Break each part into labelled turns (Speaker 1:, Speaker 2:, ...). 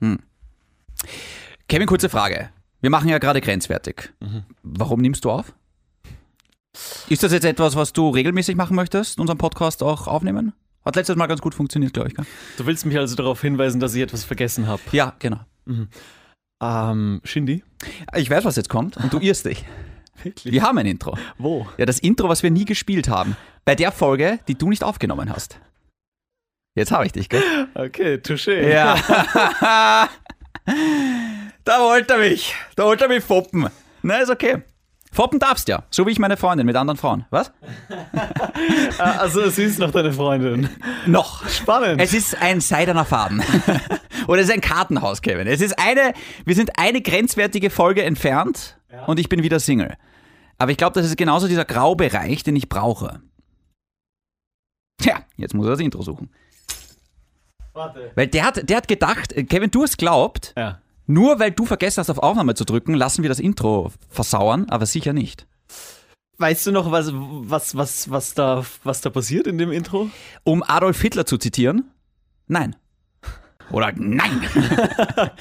Speaker 1: Hm. Kevin, kurze Frage. Wir machen ja gerade grenzwertig. Warum nimmst du auf? Ist das jetzt etwas, was du regelmäßig machen möchtest, unseren Podcast auch aufnehmen? Hat letztes Mal ganz gut funktioniert, glaube ich. Gell?
Speaker 2: Du willst mich also darauf hinweisen, dass ich etwas vergessen habe.
Speaker 1: Ja, genau.
Speaker 2: Ähm, Shindy?
Speaker 1: Ich weiß, was jetzt kommt und du irrst dich.
Speaker 2: Wirklich?
Speaker 1: Wir haben ein Intro.
Speaker 2: Wo?
Speaker 1: Ja, das Intro, was wir nie gespielt haben. Bei der Folge, die du nicht aufgenommen hast. Jetzt habe ich dich, gell?
Speaker 2: Okay, touché.
Speaker 1: Ja. da wollte er mich. Da wollte er mich foppen. Na, ist okay. Foppen darfst ja. So wie ich meine Freundin mit anderen Frauen. Was?
Speaker 2: Ah, Also, sie ist noch deine Freundin.
Speaker 1: Noch.
Speaker 2: Spannend.
Speaker 1: Es ist ein seidener Faden. Oder es ist ein Kartenhaus, Kevin. Es ist eine, wir sind eine grenzwertige Folge entfernt und ich bin wieder Single. Aber ich glaube, das ist genauso dieser Graubereich, den ich brauche. Tja, jetzt muss er das Intro suchen.
Speaker 2: Warte.
Speaker 1: Weil der hat, der hat gedacht, äh, Kevin, du hast glaubt,
Speaker 2: Ja.
Speaker 1: Nur weil du vergessen hast, auf Aufnahme zu drücken, lassen wir das Intro versauern, aber sicher nicht.
Speaker 2: Weißt du noch, was, was, was, was, da, was da passiert in dem Intro?
Speaker 1: Um Adolf Hitler zu zitieren, nein. Oder nein. aber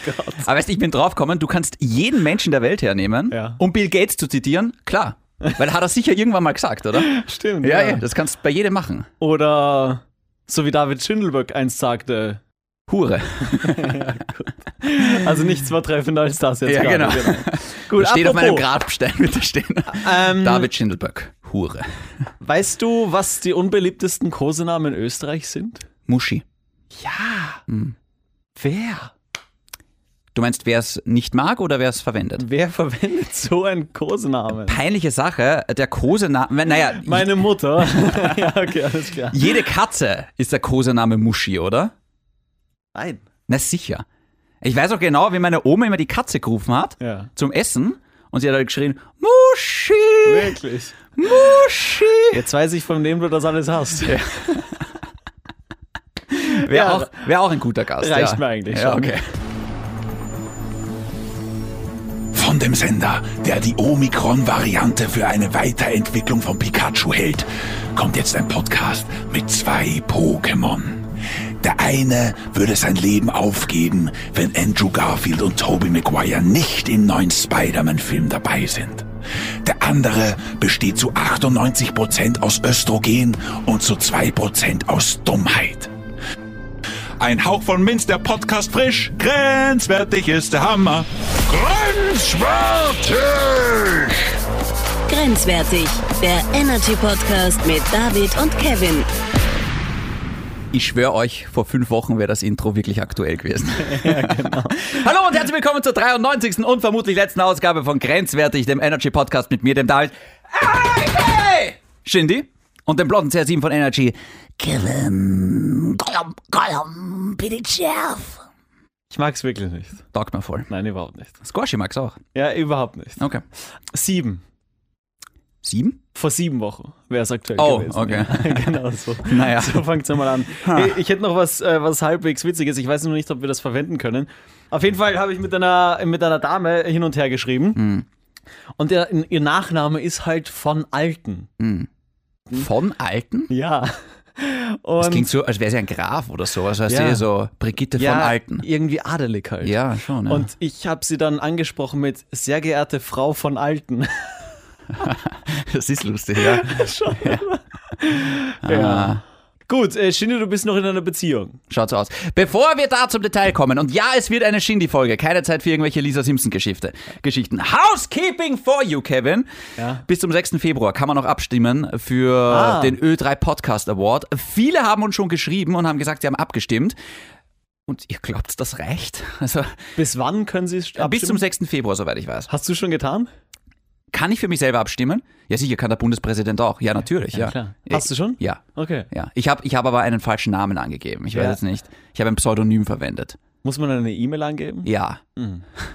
Speaker 1: weißt du, ich bin draufgekommen, du kannst jeden Menschen der Welt hernehmen,
Speaker 2: Ja.
Speaker 1: um Bill Gates zu zitieren, klar. Weil hat er sicher irgendwann mal gesagt, oder?
Speaker 2: Stimmt.
Speaker 1: Ja, ja, das kannst du bei jedem machen.
Speaker 2: Oder so wie David Schindelberg einst sagte.
Speaker 1: Hure.
Speaker 2: Also nichts war treffender als das jetzt.
Speaker 1: Ja,
Speaker 2: gerade.
Speaker 1: genau.
Speaker 2: Gut,
Speaker 1: Das steht auf meinem
Speaker 2: apropos,
Speaker 1: Grabstein, wird da stehen.
Speaker 2: Ähm,
Speaker 1: David Schindelberg, Hure.
Speaker 2: Weißt du, was die unbeliebtesten Kosenamen in Österreich sind?
Speaker 1: Muschi. Hm.
Speaker 2: Ja. Wer?
Speaker 1: Du meinst, wer es nicht mag oder wer es verwendet?
Speaker 2: Wer verwendet so einen Kosenamen?
Speaker 1: Peinliche Sache, der Kosename, naja,
Speaker 2: Meine Mutter. ja, okay, alles klar.
Speaker 1: Jede Katze ist der Kosename Muschi, oder?
Speaker 2: Nein.
Speaker 1: Na sicher. Ich weiß auch genau, wie meine Oma immer die Katze gerufen hat
Speaker 2: Ja.
Speaker 1: zum Essen und sie hat halt geschrien, Muschi,
Speaker 2: Wirklich.
Speaker 1: Muschi.
Speaker 2: Jetzt weiß ich, von wem du das alles hast.
Speaker 1: Wäre
Speaker 2: Ja.
Speaker 1: auch, wär auch ein guter Gast.
Speaker 2: Reicht
Speaker 1: ja.
Speaker 2: mir eigentlich
Speaker 1: Ja,
Speaker 2: schon.
Speaker 1: okay.
Speaker 3: Von dem Sender, der die Omikron-Variante für eine Weiterentwicklung von Pikachu hält, kommt jetzt ein Podcast mit zwei Pokémon. Der eine würde sein Leben aufgeben, wenn Andrew Garfield und Tobey Maguire nicht im neuen Spider-Man-Film dabei sind. Der andere besteht zu 98% aus Östrogen und zu 2% aus Dummheit. Ein Hauch von Minz, der Podcast frisch, grenzwertig ist der Hammer. Grenzwertig!
Speaker 4: Grenzwertig, der Energy Podcast mit David und Kevin.
Speaker 1: Ich schwöre euch, vor fünf Wochen wäre das Intro wirklich aktuell gewesen.
Speaker 2: genau.
Speaker 1: Hallo und herzlich willkommen zur 93. und vermutlich letzten Ausgabe von Grenzwertig, dem Energy Podcast mit mir, dem David. AK Shindy und dem blonden CR7 von Energy. Kevin. Gollum, Gollum, bitte Jeff.
Speaker 2: Ich mag's wirklich nicht.
Speaker 1: Taugt mir voll.
Speaker 2: Nein, überhaupt nicht.
Speaker 1: Squashy mag's auch.
Speaker 2: Ja, überhaupt nicht.
Speaker 1: Okay.
Speaker 2: Sieben.
Speaker 1: Sieben?
Speaker 2: Vor sieben Wochen wäre es aktuell
Speaker 1: Oh,
Speaker 2: gewesen.
Speaker 1: okay.
Speaker 2: Ja, genau so.
Speaker 1: Naja.
Speaker 2: So fangt's mal an. Ich, ich hätte noch was, äh, was halbwegs Witziges. Ich weiß nur nicht, ob wir das verwenden können. Auf jeden Fall habe ich mit einer, mit einer Dame hin und her geschrieben. Und ihr, ihr Nachname ist halt von Alten.
Speaker 1: Von Alten?
Speaker 2: Ja. Und
Speaker 1: Das klingt so, als wäre sie ein Graf oder sowas. Weißt
Speaker 2: Ja.
Speaker 1: du, so Brigitte
Speaker 2: ja,
Speaker 1: von Alten.
Speaker 2: Irgendwie adelig halt.
Speaker 1: Ja, schon. Ja.
Speaker 2: Und ich habe sie dann angesprochen mit sehr geehrte Frau von Alten.
Speaker 1: das ist lustig, ja. Ah.
Speaker 2: Ja. Gut, äh, Schinde, du bist noch in einer Beziehung.
Speaker 1: Schaut's aus. Bevor wir da zum Detail kommen, und ja, es wird eine Shindy-Folge, keine Zeit für irgendwelche Lisa Simpson-Geschichte. Geschichten. Housekeeping for you, Kevin.
Speaker 2: Ja.
Speaker 1: Bis zum 6. Februar kann man noch abstimmen für
Speaker 2: Ah.
Speaker 1: den Ö3 Podcast Award. Viele haben uns schon geschrieben und haben gesagt, sie haben abgestimmt. Und ihr glaubt, das reicht? Also
Speaker 2: Bis wann können sie abstimmen?
Speaker 1: bis zum 6. Februar, soweit ich weiß.
Speaker 2: Hast du schon getan?
Speaker 1: Kann ich für mich selber abstimmen? Ja, sicher kann der Bundespräsident auch. Ja, natürlich, ja. Äh,
Speaker 2: klar. Hast du schon?
Speaker 1: Ja.
Speaker 2: Okay.
Speaker 1: Ja, ich habe ich hab aber einen falschen Namen angegeben. Ich weiß
Speaker 2: Ja.
Speaker 1: jetzt nicht. Ich habe ein Pseudonym verwendet.
Speaker 2: Muss man eine E-Mail angeben?
Speaker 1: Ja.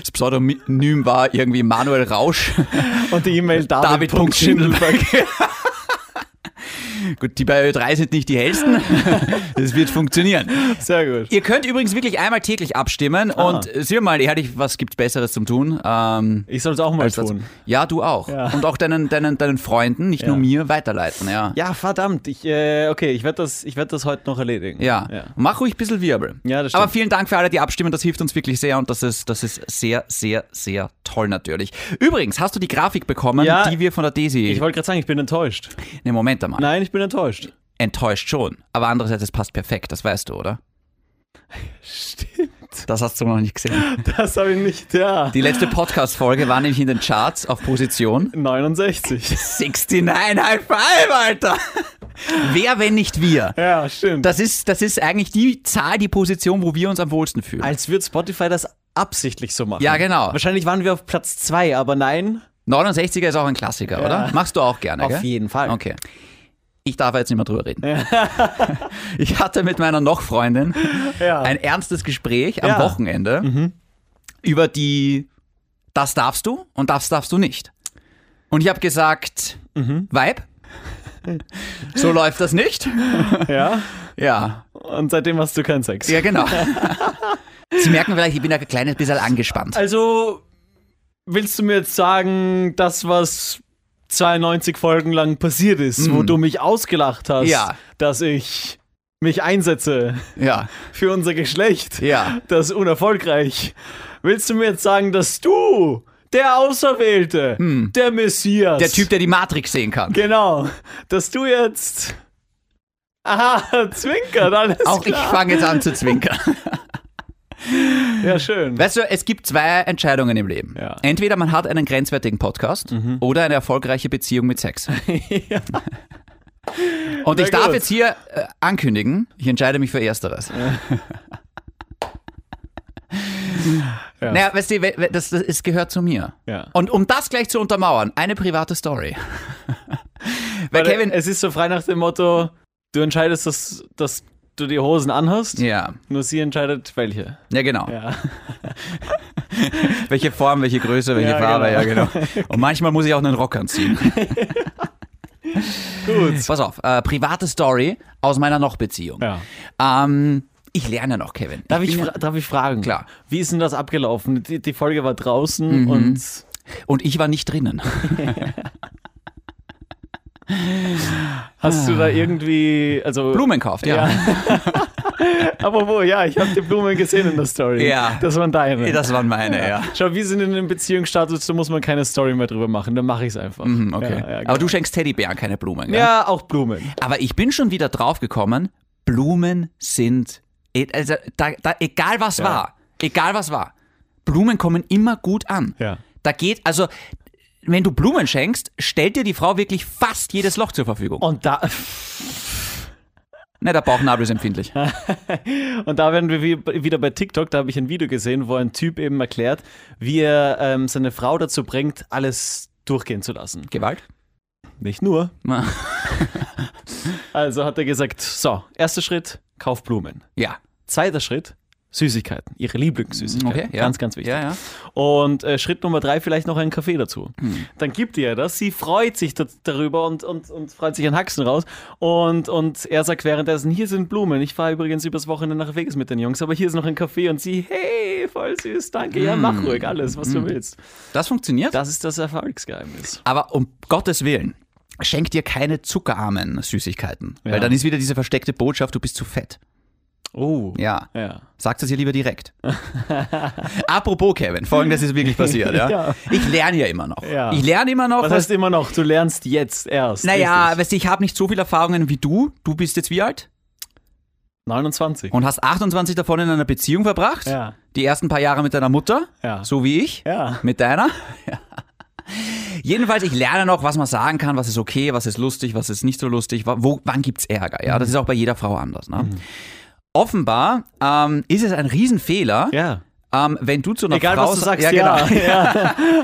Speaker 1: Das Pseudonym war irgendwie Manuel Rausch.
Speaker 2: Und die E-Mail David.
Speaker 1: David.Schindelberg. Gut, die bei Ö3 sind nicht die hellsten. Das wird funktionieren.
Speaker 2: Sehr gut.
Speaker 1: Ihr könnt übrigens wirklich einmal täglich abstimmen und äh, sehen wir mal, ehrlich, was gibt's Besseres zum Tun? Ähm,
Speaker 2: Ich soll es auch mal
Speaker 1: als das-
Speaker 2: tun.
Speaker 1: Ja, du auch.
Speaker 2: Ja.
Speaker 1: Und auch deinen, deinen, deinen Freunden, nicht nur mir, weiterleiten. Ja.
Speaker 2: Ja, verdammt. Ich, äh, okay, ich werde das, ich werd das heute noch erledigen.
Speaker 1: Ja. mach ruhig ein bisschen Wirbel.
Speaker 2: Ja, das stimmt.
Speaker 1: Aber vielen Dank für alle, die abstimmen. Das hilft uns wirklich sehr und das ist, das ist sehr, sehr, sehr toll natürlich. Übrigens, hast du die Grafik bekommen,
Speaker 2: Ja.
Speaker 1: die wir von der
Speaker 2: Ich
Speaker 1: Desi.
Speaker 2: wollte gerade sagen, ich bin enttäuscht.
Speaker 1: Ne, Moment einmal.
Speaker 2: Nein, ich bin enttäuscht.
Speaker 1: Enttäuscht schon. Aber andererseits, es passt perfekt, das weißt du, oder?
Speaker 2: Stimmt.
Speaker 1: Das hast du noch nicht gesehen.
Speaker 2: Das habe ich nicht, ja.
Speaker 1: Die letzte Podcast-Folge war nämlich in den Charts auf Position
Speaker 2: 69.
Speaker 1: 69,5, Alter! Wer, wenn nicht wir?
Speaker 2: Ja, stimmt.
Speaker 1: Das ist, das ist eigentlich die Zahl, die Position, wo wir uns am wohlsten fühlen.
Speaker 2: Als würde Spotify das absichtlich so machen.
Speaker 1: Ja, genau.
Speaker 2: Wahrscheinlich waren wir auf Platz 2, aber nein.
Speaker 1: 69er ist auch ein Klassiker, oder? Machst du auch gerne, gell?
Speaker 2: Auf jeden Fall.
Speaker 1: Okay. Ich darf jetzt nicht mehr drüber reden. ich hatte mit meiner Noch-Freundin
Speaker 2: Ja.
Speaker 1: ein ernstes Gespräch am
Speaker 2: Ja. Mhm.
Speaker 1: Wochenende über die Das darfst du und das darfst du nicht. Und ich habe gesagt,
Speaker 2: Mhm.
Speaker 1: Weib, so läuft das nicht.
Speaker 2: ja.
Speaker 1: Ja,
Speaker 2: Und seitdem hast du keinen Sex.
Speaker 1: ja genau. Sie merken vielleicht, ich bin ein kleines bisschen angespannt.
Speaker 2: Also, willst du mir jetzt sagen, das, was 92 Folgen lang passiert ist, wo du mich ausgelacht hast,
Speaker 1: Mhm. Ja.
Speaker 2: dass ich mich einsetze
Speaker 1: Ja,
Speaker 2: für unser Geschlecht,
Speaker 1: ja.
Speaker 2: das unerfolgreich. Willst du mir jetzt sagen, dass du, der Auserwählte, der Messias,
Speaker 1: Hm. Der Typ, der die Matrix sehen kann.
Speaker 2: Genau, dass du jetzt. Aha, zwinkert, alles
Speaker 1: Auch ich
Speaker 2: klar.
Speaker 1: fange jetzt an zu zwinkern.
Speaker 2: Ja, schön.
Speaker 1: Weißt du, es gibt zwei Entscheidungen im Leben.
Speaker 2: Ja. Mhm.
Speaker 1: Entweder man hat einen grenzwertigen Podcast oder eine erfolgreiche Beziehung mit Sex. Und
Speaker 2: Na
Speaker 1: ich darf
Speaker 2: gut.
Speaker 1: jetzt hier äh, ankündigen, ich entscheide mich für Ersteres.
Speaker 2: Ja.
Speaker 1: Naja, weißt du, we- we- das, das, es gehört zu mir.
Speaker 2: Ja.
Speaker 1: Und um das gleich zu untermauern, eine private Story. Weil
Speaker 2: Weil
Speaker 1: Kevin,
Speaker 2: es ist so frei nach dem Motto: Du entscheidest, dass, dass du die Hosen anhast,
Speaker 1: ja,
Speaker 2: nur sie entscheidet, welche.
Speaker 1: ja genau.
Speaker 2: Ja.
Speaker 1: Welche Form, welche Größe, welche
Speaker 2: Ja,
Speaker 1: Farbe,
Speaker 2: genau.
Speaker 1: ja genau. Und manchmal muss ich auch einen Rock anziehen.
Speaker 2: Gut.
Speaker 1: Pass auf, äh, private Story aus meiner Noch-Beziehung.
Speaker 2: Ja.
Speaker 1: Ähm, ich lerne noch, Kevin.
Speaker 2: Darf ich,
Speaker 1: bin
Speaker 2: fra- darf ich fragen?
Speaker 1: Klar.
Speaker 2: Wie ist denn das abgelaufen? Die, die Folge war draußen
Speaker 1: Mhm.
Speaker 2: und.
Speaker 1: ja- Und ich war nicht drinnen.
Speaker 2: Hast du da irgendwie. Also,
Speaker 1: Ah. Blumen kauft, ja.
Speaker 2: Apropos, ja, ich habe die Blumen gesehen in der Story.
Speaker 1: Ja.
Speaker 2: Das waren deine.
Speaker 1: Das waren meine, ja.
Speaker 2: Schau, wir sind in einem Beziehungsstatus, da muss man keine Story mehr drüber machen, dann mache ich es einfach.
Speaker 1: Hm, Okay.
Speaker 2: Ja, ja, genau.
Speaker 1: Aber du schenkst Teddybären keine Blumen, gell?
Speaker 2: ja, auch Blumen.
Speaker 1: Aber ich bin schon wieder draufgekommen, Blumen sind, e- also da, da, egal was war, egal was war, Blumen kommen immer gut an.
Speaker 2: Ja.
Speaker 1: Da geht, also wenn du Blumen schenkst, stellt dir die Frau wirklich fast jedes Loch zur Verfügung.
Speaker 2: Und da,
Speaker 1: Ne, der Bauchnabel ist empfindlich.
Speaker 2: und da werden wir wie- wieder bei TikTok, da habe ich ein Video gesehen, wo ein Typ eben erklärt, wie er ähm, seine Frau dazu bringt, alles durchgehen zu lassen.
Speaker 1: Gewalt?
Speaker 2: Nicht nur.
Speaker 1: Na,
Speaker 2: Also hat er gesagt, so, erster Schritt, kauf Blumen.
Speaker 1: Ja.
Speaker 2: Zweiter Schritt, Süßigkeiten, ihre Lieblingssüßigkeiten.
Speaker 1: Okay, ja.
Speaker 2: Ganz, ganz wichtig.
Speaker 1: Ja, ja.
Speaker 2: Und äh, Schritt Nummer drei, vielleicht noch einen Kaffee dazu. Dann gibt ihr das. Sie freut sich da, darüber und, und, und freut sich an Haxen raus. Und, und er sagt währenddessen: Hier sind Blumen. Ich fahre übrigens übers Wochenende nach Vegas mit den Jungs, aber hier ist noch ein Kaffee. Und sie: Hey, voll süß, danke. Ja, mach ruhig alles, was du willst.
Speaker 1: Das funktioniert.
Speaker 2: Das ist das Erfolgsgeheimnis.
Speaker 1: Aber um Gottes Willen, schenk dir keine zuckerarmen Süßigkeiten.
Speaker 2: Ja.
Speaker 1: Weil dann ist wieder diese versteckte Botschaft, du bist zu fett.
Speaker 2: Oh.
Speaker 1: Ja.
Speaker 2: Ja.
Speaker 1: Sagt es ihr lieber direkt. Apropos, Kevin, folgendes ist wirklich passiert. Ja?
Speaker 2: Ja.
Speaker 1: Ich lerne ja immer noch.
Speaker 2: Ja.
Speaker 1: Ich lerne immer noch.
Speaker 2: Was heißt immer noch? Du lernst jetzt erst.
Speaker 1: naja,
Speaker 2: Richtig.
Speaker 1: weißt du, ich habe nicht so viele Erfahrungen wie du. Du bist jetzt wie alt?
Speaker 2: 29.
Speaker 1: Und hast 28 davon in einer Beziehung verbracht.
Speaker 2: Ja.
Speaker 1: Die ersten paar Jahre mit deiner Mutter,
Speaker 2: Ja.
Speaker 1: so wie ich.
Speaker 2: Ja.
Speaker 1: Mit deiner? Ja. Jedenfalls, ich lerne noch, was man sagen kann, was ist okay, was ist lustig, was ist nicht so lustig, wa- wo, wann gibt's Ärger. Ja, das
Speaker 2: Mhm.
Speaker 1: ist auch bei jeder Frau anders. Ne? Offenbar ähm, ist es ein Riesenfehler,
Speaker 2: Ja.
Speaker 1: ähm, wenn du zu einer
Speaker 2: Egal,
Speaker 1: Frau
Speaker 2: was du
Speaker 1: sa- genau.
Speaker 2: sagst, ja. genau.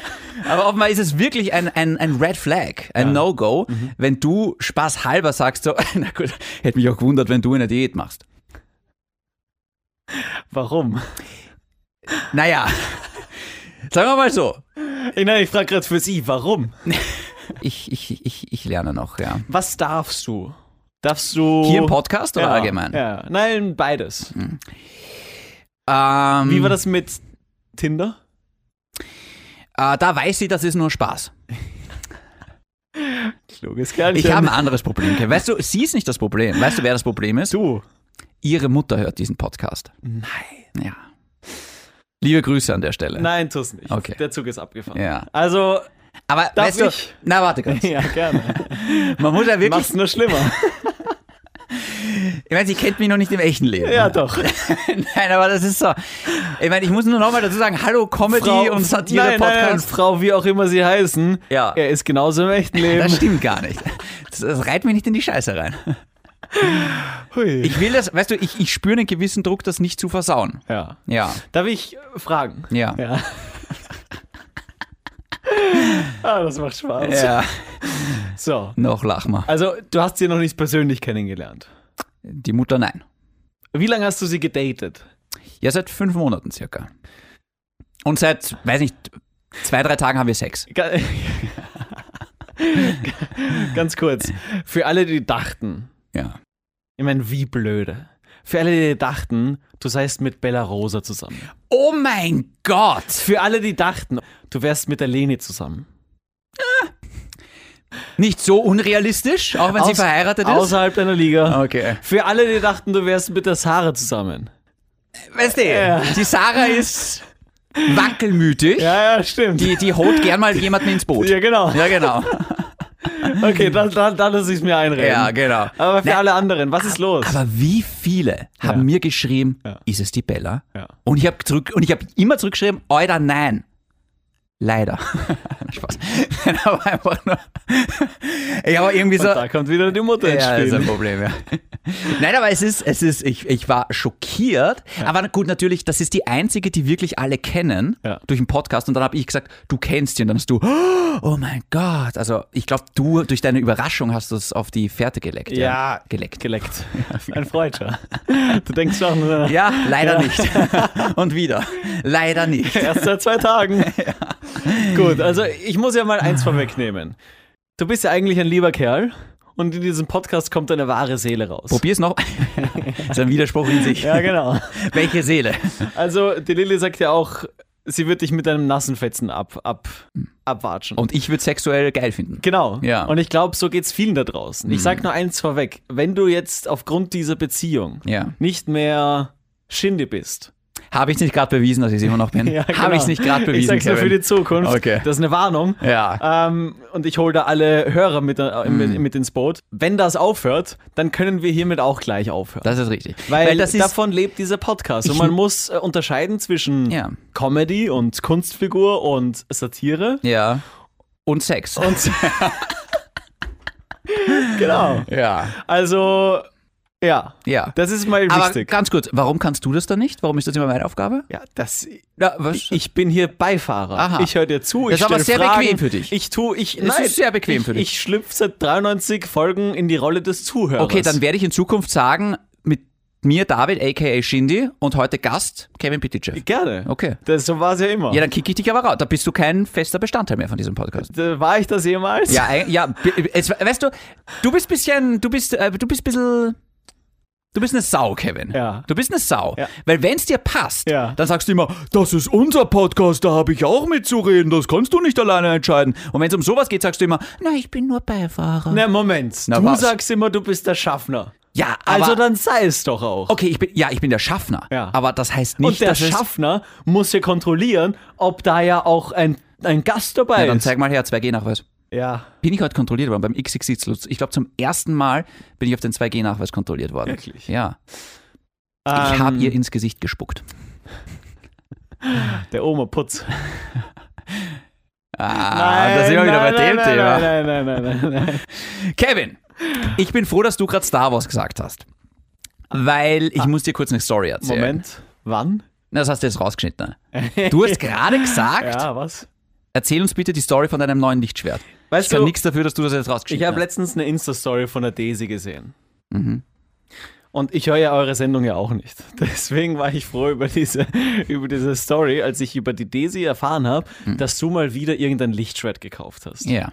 Speaker 1: Aber offenbar ist es wirklich ein, ein, ein Red Flag, ein No-Go,
Speaker 2: Mhm.
Speaker 1: wenn du spaßhalber sagst, so, na gut, hätte mich auch gewundert, wenn du eine Diät machst.
Speaker 2: Warum?
Speaker 1: Naja, sagen wir mal so,
Speaker 2: Ich, nein, ich frage gerade für Sie, warum?
Speaker 1: ich, ich, ich, ich lerne noch, ja.
Speaker 2: Was darfst du? darfst du.
Speaker 1: Hier im Podcast oder
Speaker 2: Oh. ja,
Speaker 1: allgemein?
Speaker 2: Ja. Nein, beides.
Speaker 1: Ähm,
Speaker 2: Wie war das mit Tinder?
Speaker 1: Äh, da weiß sie, das ist nur Spaß.
Speaker 2: Kluges Kerlchen.
Speaker 1: Ich habe ein anderes Problem. Ken. Weißt du, sie ist nicht das Problem. Weißt du, wer das Problem ist?
Speaker 2: Du.
Speaker 1: Ihre Mutter hört diesen Podcast. Nein. Ja. Liebe Grüße an der Stelle.
Speaker 2: Nein, tu's nicht.
Speaker 1: Okay.
Speaker 2: Der Zug ist abgefahren.
Speaker 1: Ja.
Speaker 2: Also,
Speaker 1: Aber
Speaker 2: Darf
Speaker 1: weißt du,
Speaker 2: ich?
Speaker 1: na warte kurz.
Speaker 2: ja, gerne.
Speaker 1: Man muss ja wirklich,
Speaker 2: Mach's nur schlimmer.
Speaker 1: ich meine, sie kennt mich noch nicht im echten Leben.
Speaker 2: ja, doch.
Speaker 1: Nein, aber das ist so. Ich meine, ich muss nur nochmal dazu sagen, hallo Comedy und
Speaker 2: nein, Ähm. nein, nein,
Speaker 1: Satire-Podcast.
Speaker 2: Frau, wie auch immer sie heißen.
Speaker 1: Ja.
Speaker 2: Er ist genauso im echten
Speaker 1: Das
Speaker 2: Leben.
Speaker 1: stimmt gar nicht. Das, das reiht mir nicht in die Scheiße rein.
Speaker 2: Hui.
Speaker 1: Ich will das, weißt du, ich, ich spüre einen gewissen Druck, das nicht zu versauen.
Speaker 2: Ja.
Speaker 1: Ja,
Speaker 2: Darf ich äh, fragen?
Speaker 1: ja.
Speaker 2: Ja. ah, das macht Spaß.
Speaker 1: Ja,
Speaker 2: So.
Speaker 1: noch lach mal.
Speaker 2: Also, du hast sie noch nicht persönlich kennengelernt.
Speaker 1: Die Mutter nein.
Speaker 2: Wie lange hast du sie gedatet?
Speaker 1: Ja, seit fünf Monaten circa. Und seit, weiß nicht, zwei, drei Tagen haben wir Sex.
Speaker 2: Ga- Ganz kurz. Für alle, die dachten,
Speaker 1: Ja.
Speaker 2: ich meine, wie blöde. Für alle, die dachten, du seist mit Bella Rosa zusammen.
Speaker 1: Oh mein Gott!
Speaker 2: Für alle, die dachten, du wärst mit der Leni zusammen.
Speaker 1: Nicht so unrealistisch, auch wenn sie
Speaker 2: Aus-
Speaker 1: verheiratet ist.
Speaker 2: Außerhalb deiner Liga.
Speaker 1: Okay.
Speaker 2: Für alle, die dachten, du wärst mit der Sarah zusammen.
Speaker 1: Weißt du, die Sarah ist wankelmütig.
Speaker 2: Ja, ja, stimmt.
Speaker 1: Die, die holt gern mal jemanden ins Boot.
Speaker 2: ja, genau.
Speaker 1: Ja, genau.
Speaker 2: Okay, dann, dann, dann lass ich es mir einreden.
Speaker 1: Ja, genau.
Speaker 2: Aber für
Speaker 1: Na,
Speaker 2: alle anderen, was ist los?
Speaker 1: Aber wie viele haben
Speaker 2: Ja.
Speaker 1: mir geschrieben,
Speaker 2: Ja.
Speaker 1: ist es die Bella?
Speaker 2: Ja.
Speaker 1: Und ich habe zurück und ich habe immer zurückgeschrieben, Alter, nein. Leider. Spaß. Nein, aber einfach nur. Ich habe irgendwie so.
Speaker 2: Und da kommt wieder die Mutter ins
Speaker 1: Ja, also das ist ein
Speaker 2: Spiel.
Speaker 1: Problem, ja. Nein, aber es ist, es ist, ich, ich war schockiert. Aber gut, natürlich, das ist die einzige, die wirklich alle kennen
Speaker 2: Ja.
Speaker 1: durch den Podcast. Und dann habe ich gesagt, du kennst die. Und dann hast du, oh mein Gott. Also ich glaube, du durch deine Überraschung hast du es auf die Fährte geleckt.
Speaker 2: Ja.
Speaker 1: Geleckt.
Speaker 2: Geleckt. Ein Freudscher. Du denkst schon, äh,
Speaker 1: Ja, leider nicht. Und wieder. Leider nicht.
Speaker 2: erst seit zwei Tagen. Gut, also ich muss ja mal eins vorwegnehmen. Du bist ja eigentlich ein lieber Kerl und in diesem Podcast kommt deine wahre Seele raus.
Speaker 1: Probier's noch. Das ist ein Widerspruch in sich.
Speaker 2: Ja, genau.
Speaker 1: Welche Seele?
Speaker 2: Also, die Lilly sagt ja auch, sie wird dich mit einem nassen Fetzen ab, ab, abwatschen.
Speaker 1: Und ich würde sexuell geil finden.
Speaker 2: genau.
Speaker 1: Hm. Ja. Hm.
Speaker 2: Und ich glaube, so geht's vielen da draußen. Ich sag nur eins vorweg. Wenn du jetzt aufgrund dieser Beziehung
Speaker 1: Ja.
Speaker 2: nicht mehr Schinde bist,
Speaker 1: Habe ich nicht gerade bewiesen, dass ich es immer noch bin?
Speaker 2: Ja, genau.
Speaker 1: Habe ich es nicht gerade bewiesen?
Speaker 2: Ich sag's nur für
Speaker 1: Kevin?
Speaker 2: die Zukunft.
Speaker 1: Okay.
Speaker 2: Das ist eine Warnung.
Speaker 1: Ja. Hm.
Speaker 2: Ähm, und ich hole da alle Hörer mit, äh, mit, mit ins Boot. Wenn das aufhört, dann können wir hiermit auch gleich aufhören.
Speaker 1: Das ist richtig.
Speaker 2: weil
Speaker 1: das ist
Speaker 2: davon lebt dieser Podcast. Und
Speaker 1: Ich-
Speaker 2: man muss äh, unterscheiden zwischen
Speaker 1: Ja.
Speaker 2: Comedy und Kunstfigur und Satire.
Speaker 1: ja und Sex.
Speaker 2: Und genau.
Speaker 1: ja,
Speaker 2: Also, ja.
Speaker 1: ja.
Speaker 2: Das ist mal
Speaker 1: aber
Speaker 2: wichtig.
Speaker 1: ganz kurz, warum kannst du das dann nicht? Warum ist das immer meine Aufgabe?
Speaker 2: Ja, das,
Speaker 1: Ja, was?
Speaker 2: ich bin hier Beifahrer.
Speaker 1: Aha.
Speaker 2: Ich höre dir zu.
Speaker 1: Das
Speaker 2: ich
Speaker 1: ist aber
Speaker 2: stell
Speaker 1: sehr
Speaker 2: Fragen.
Speaker 1: bequem für dich.
Speaker 2: Ich tue, ich.
Speaker 1: Es ist sehr bequem
Speaker 2: ich,
Speaker 1: für dich.
Speaker 2: Ich schlüpfe seit 93 Folgen in die Rolle des Zuhörers.
Speaker 1: okay, dann werde ich in Zukunft sagen, mit mir David, a.k.a. Shindy und heute Gast Kevin Pitychev.
Speaker 2: Gerne.
Speaker 1: Okay.
Speaker 2: Das, so war es ja immer.
Speaker 1: Ja, dann kicke ich dich aber raus. Da bist du kein fester Bestandteil mehr von diesem Podcast.
Speaker 2: Da war ich das jemals?
Speaker 1: Ja, ei- ja, bi- es, weißt du, du bist bisschen, du bist, äh, du bist bisschen, du bist eine Sau, Kevin.
Speaker 2: Ja.
Speaker 1: Du bist eine Sau.
Speaker 2: Ja.
Speaker 1: Weil wenn es dir passt,
Speaker 2: Ja.
Speaker 1: dann sagst du immer, das ist unser Podcast, da habe ich auch mitzureden, das kannst du nicht alleine entscheiden. Und wenn es um sowas geht, sagst du immer, na, ich bin nur Beifahrer.
Speaker 2: Na, Moment.
Speaker 1: Na,
Speaker 2: du
Speaker 1: was?
Speaker 2: sagst immer, du bist der Schaffner.
Speaker 1: Ja, aber,
Speaker 2: Also dann sei es doch auch.
Speaker 1: okay, ich bin, ja, ich bin der Schaffner.
Speaker 2: Ja.
Speaker 1: Aber das heißt nicht,
Speaker 2: Und der
Speaker 1: dass es-
Speaker 2: Schaffner muss ja kontrollieren, ob da ja auch ein, ein Gast dabei
Speaker 1: Ja, dann
Speaker 2: ist.
Speaker 1: zeig mal her, 2G-Nachweis.
Speaker 2: ja,
Speaker 1: Bin ich heute kontrolliert worden beim XXX Lutz. Ich glaube, zum ersten Mal bin ich auf den 2G-Nachweis kontrolliert worden.
Speaker 2: Wirklich?
Speaker 1: Ja. Ich
Speaker 2: Ähm,
Speaker 1: habe ihr ins Gesicht gespuckt.
Speaker 2: der Oma Putz.
Speaker 1: Ah, da sind wir wieder bei dem
Speaker 2: nein, nein,
Speaker 1: Thema.
Speaker 2: Nein, nein, nein, nein, nein, nein.
Speaker 1: Kevin, ich bin froh, dass du gerade Star Wars gesagt hast. Weil ich muss dir kurz eine Story erzählen.
Speaker 2: Moment, wann?
Speaker 1: Na, Das hast du jetzt rausgeschnitten. ne? Du hast gerade gesagt,
Speaker 2: Ja, was?
Speaker 1: erzähl uns bitte die Story von deinem neuen Lichtschwert. Also,
Speaker 2: Weißt
Speaker 1: Ich kann
Speaker 2: du,
Speaker 1: nichts dafür, dass du das jetzt
Speaker 2: ich
Speaker 1: rausgeschnitten
Speaker 2: habe
Speaker 1: hast.
Speaker 2: letztens eine Insta-Story von der Daisy gesehen.
Speaker 1: Mhm.
Speaker 2: Und ich höre ja eure Sendung ja auch nicht. Deswegen war ich froh über diese, über diese Story, als ich über die Daisy erfahren habe,
Speaker 1: Mhm.
Speaker 2: dass du mal wieder irgendein Lichtschwert gekauft hast.
Speaker 1: Ja.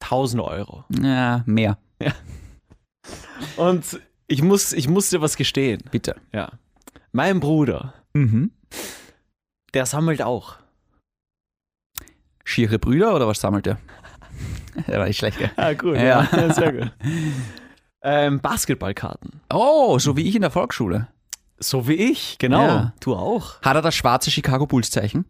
Speaker 2: 1000 Euro.
Speaker 1: ja, mehr.
Speaker 2: Und ich muss, ich muss dir was gestehen.
Speaker 1: Bitte.
Speaker 2: Ja. Mein Bruder,
Speaker 1: Mhm.
Speaker 2: der sammelt auch.
Speaker 1: Schiere Brüder oder was sammelt er? Der war nicht schlecht, gell?
Speaker 2: Ah, cool.
Speaker 1: Ja.
Speaker 2: sehr gut. Ähm, Basketballkarten.
Speaker 1: Oh, so wie ich in der Volksschule.
Speaker 2: So wie ich, genau.
Speaker 1: Ja.
Speaker 2: Du auch.
Speaker 1: Hat er das schwarze Chicago Bulls Zeichen?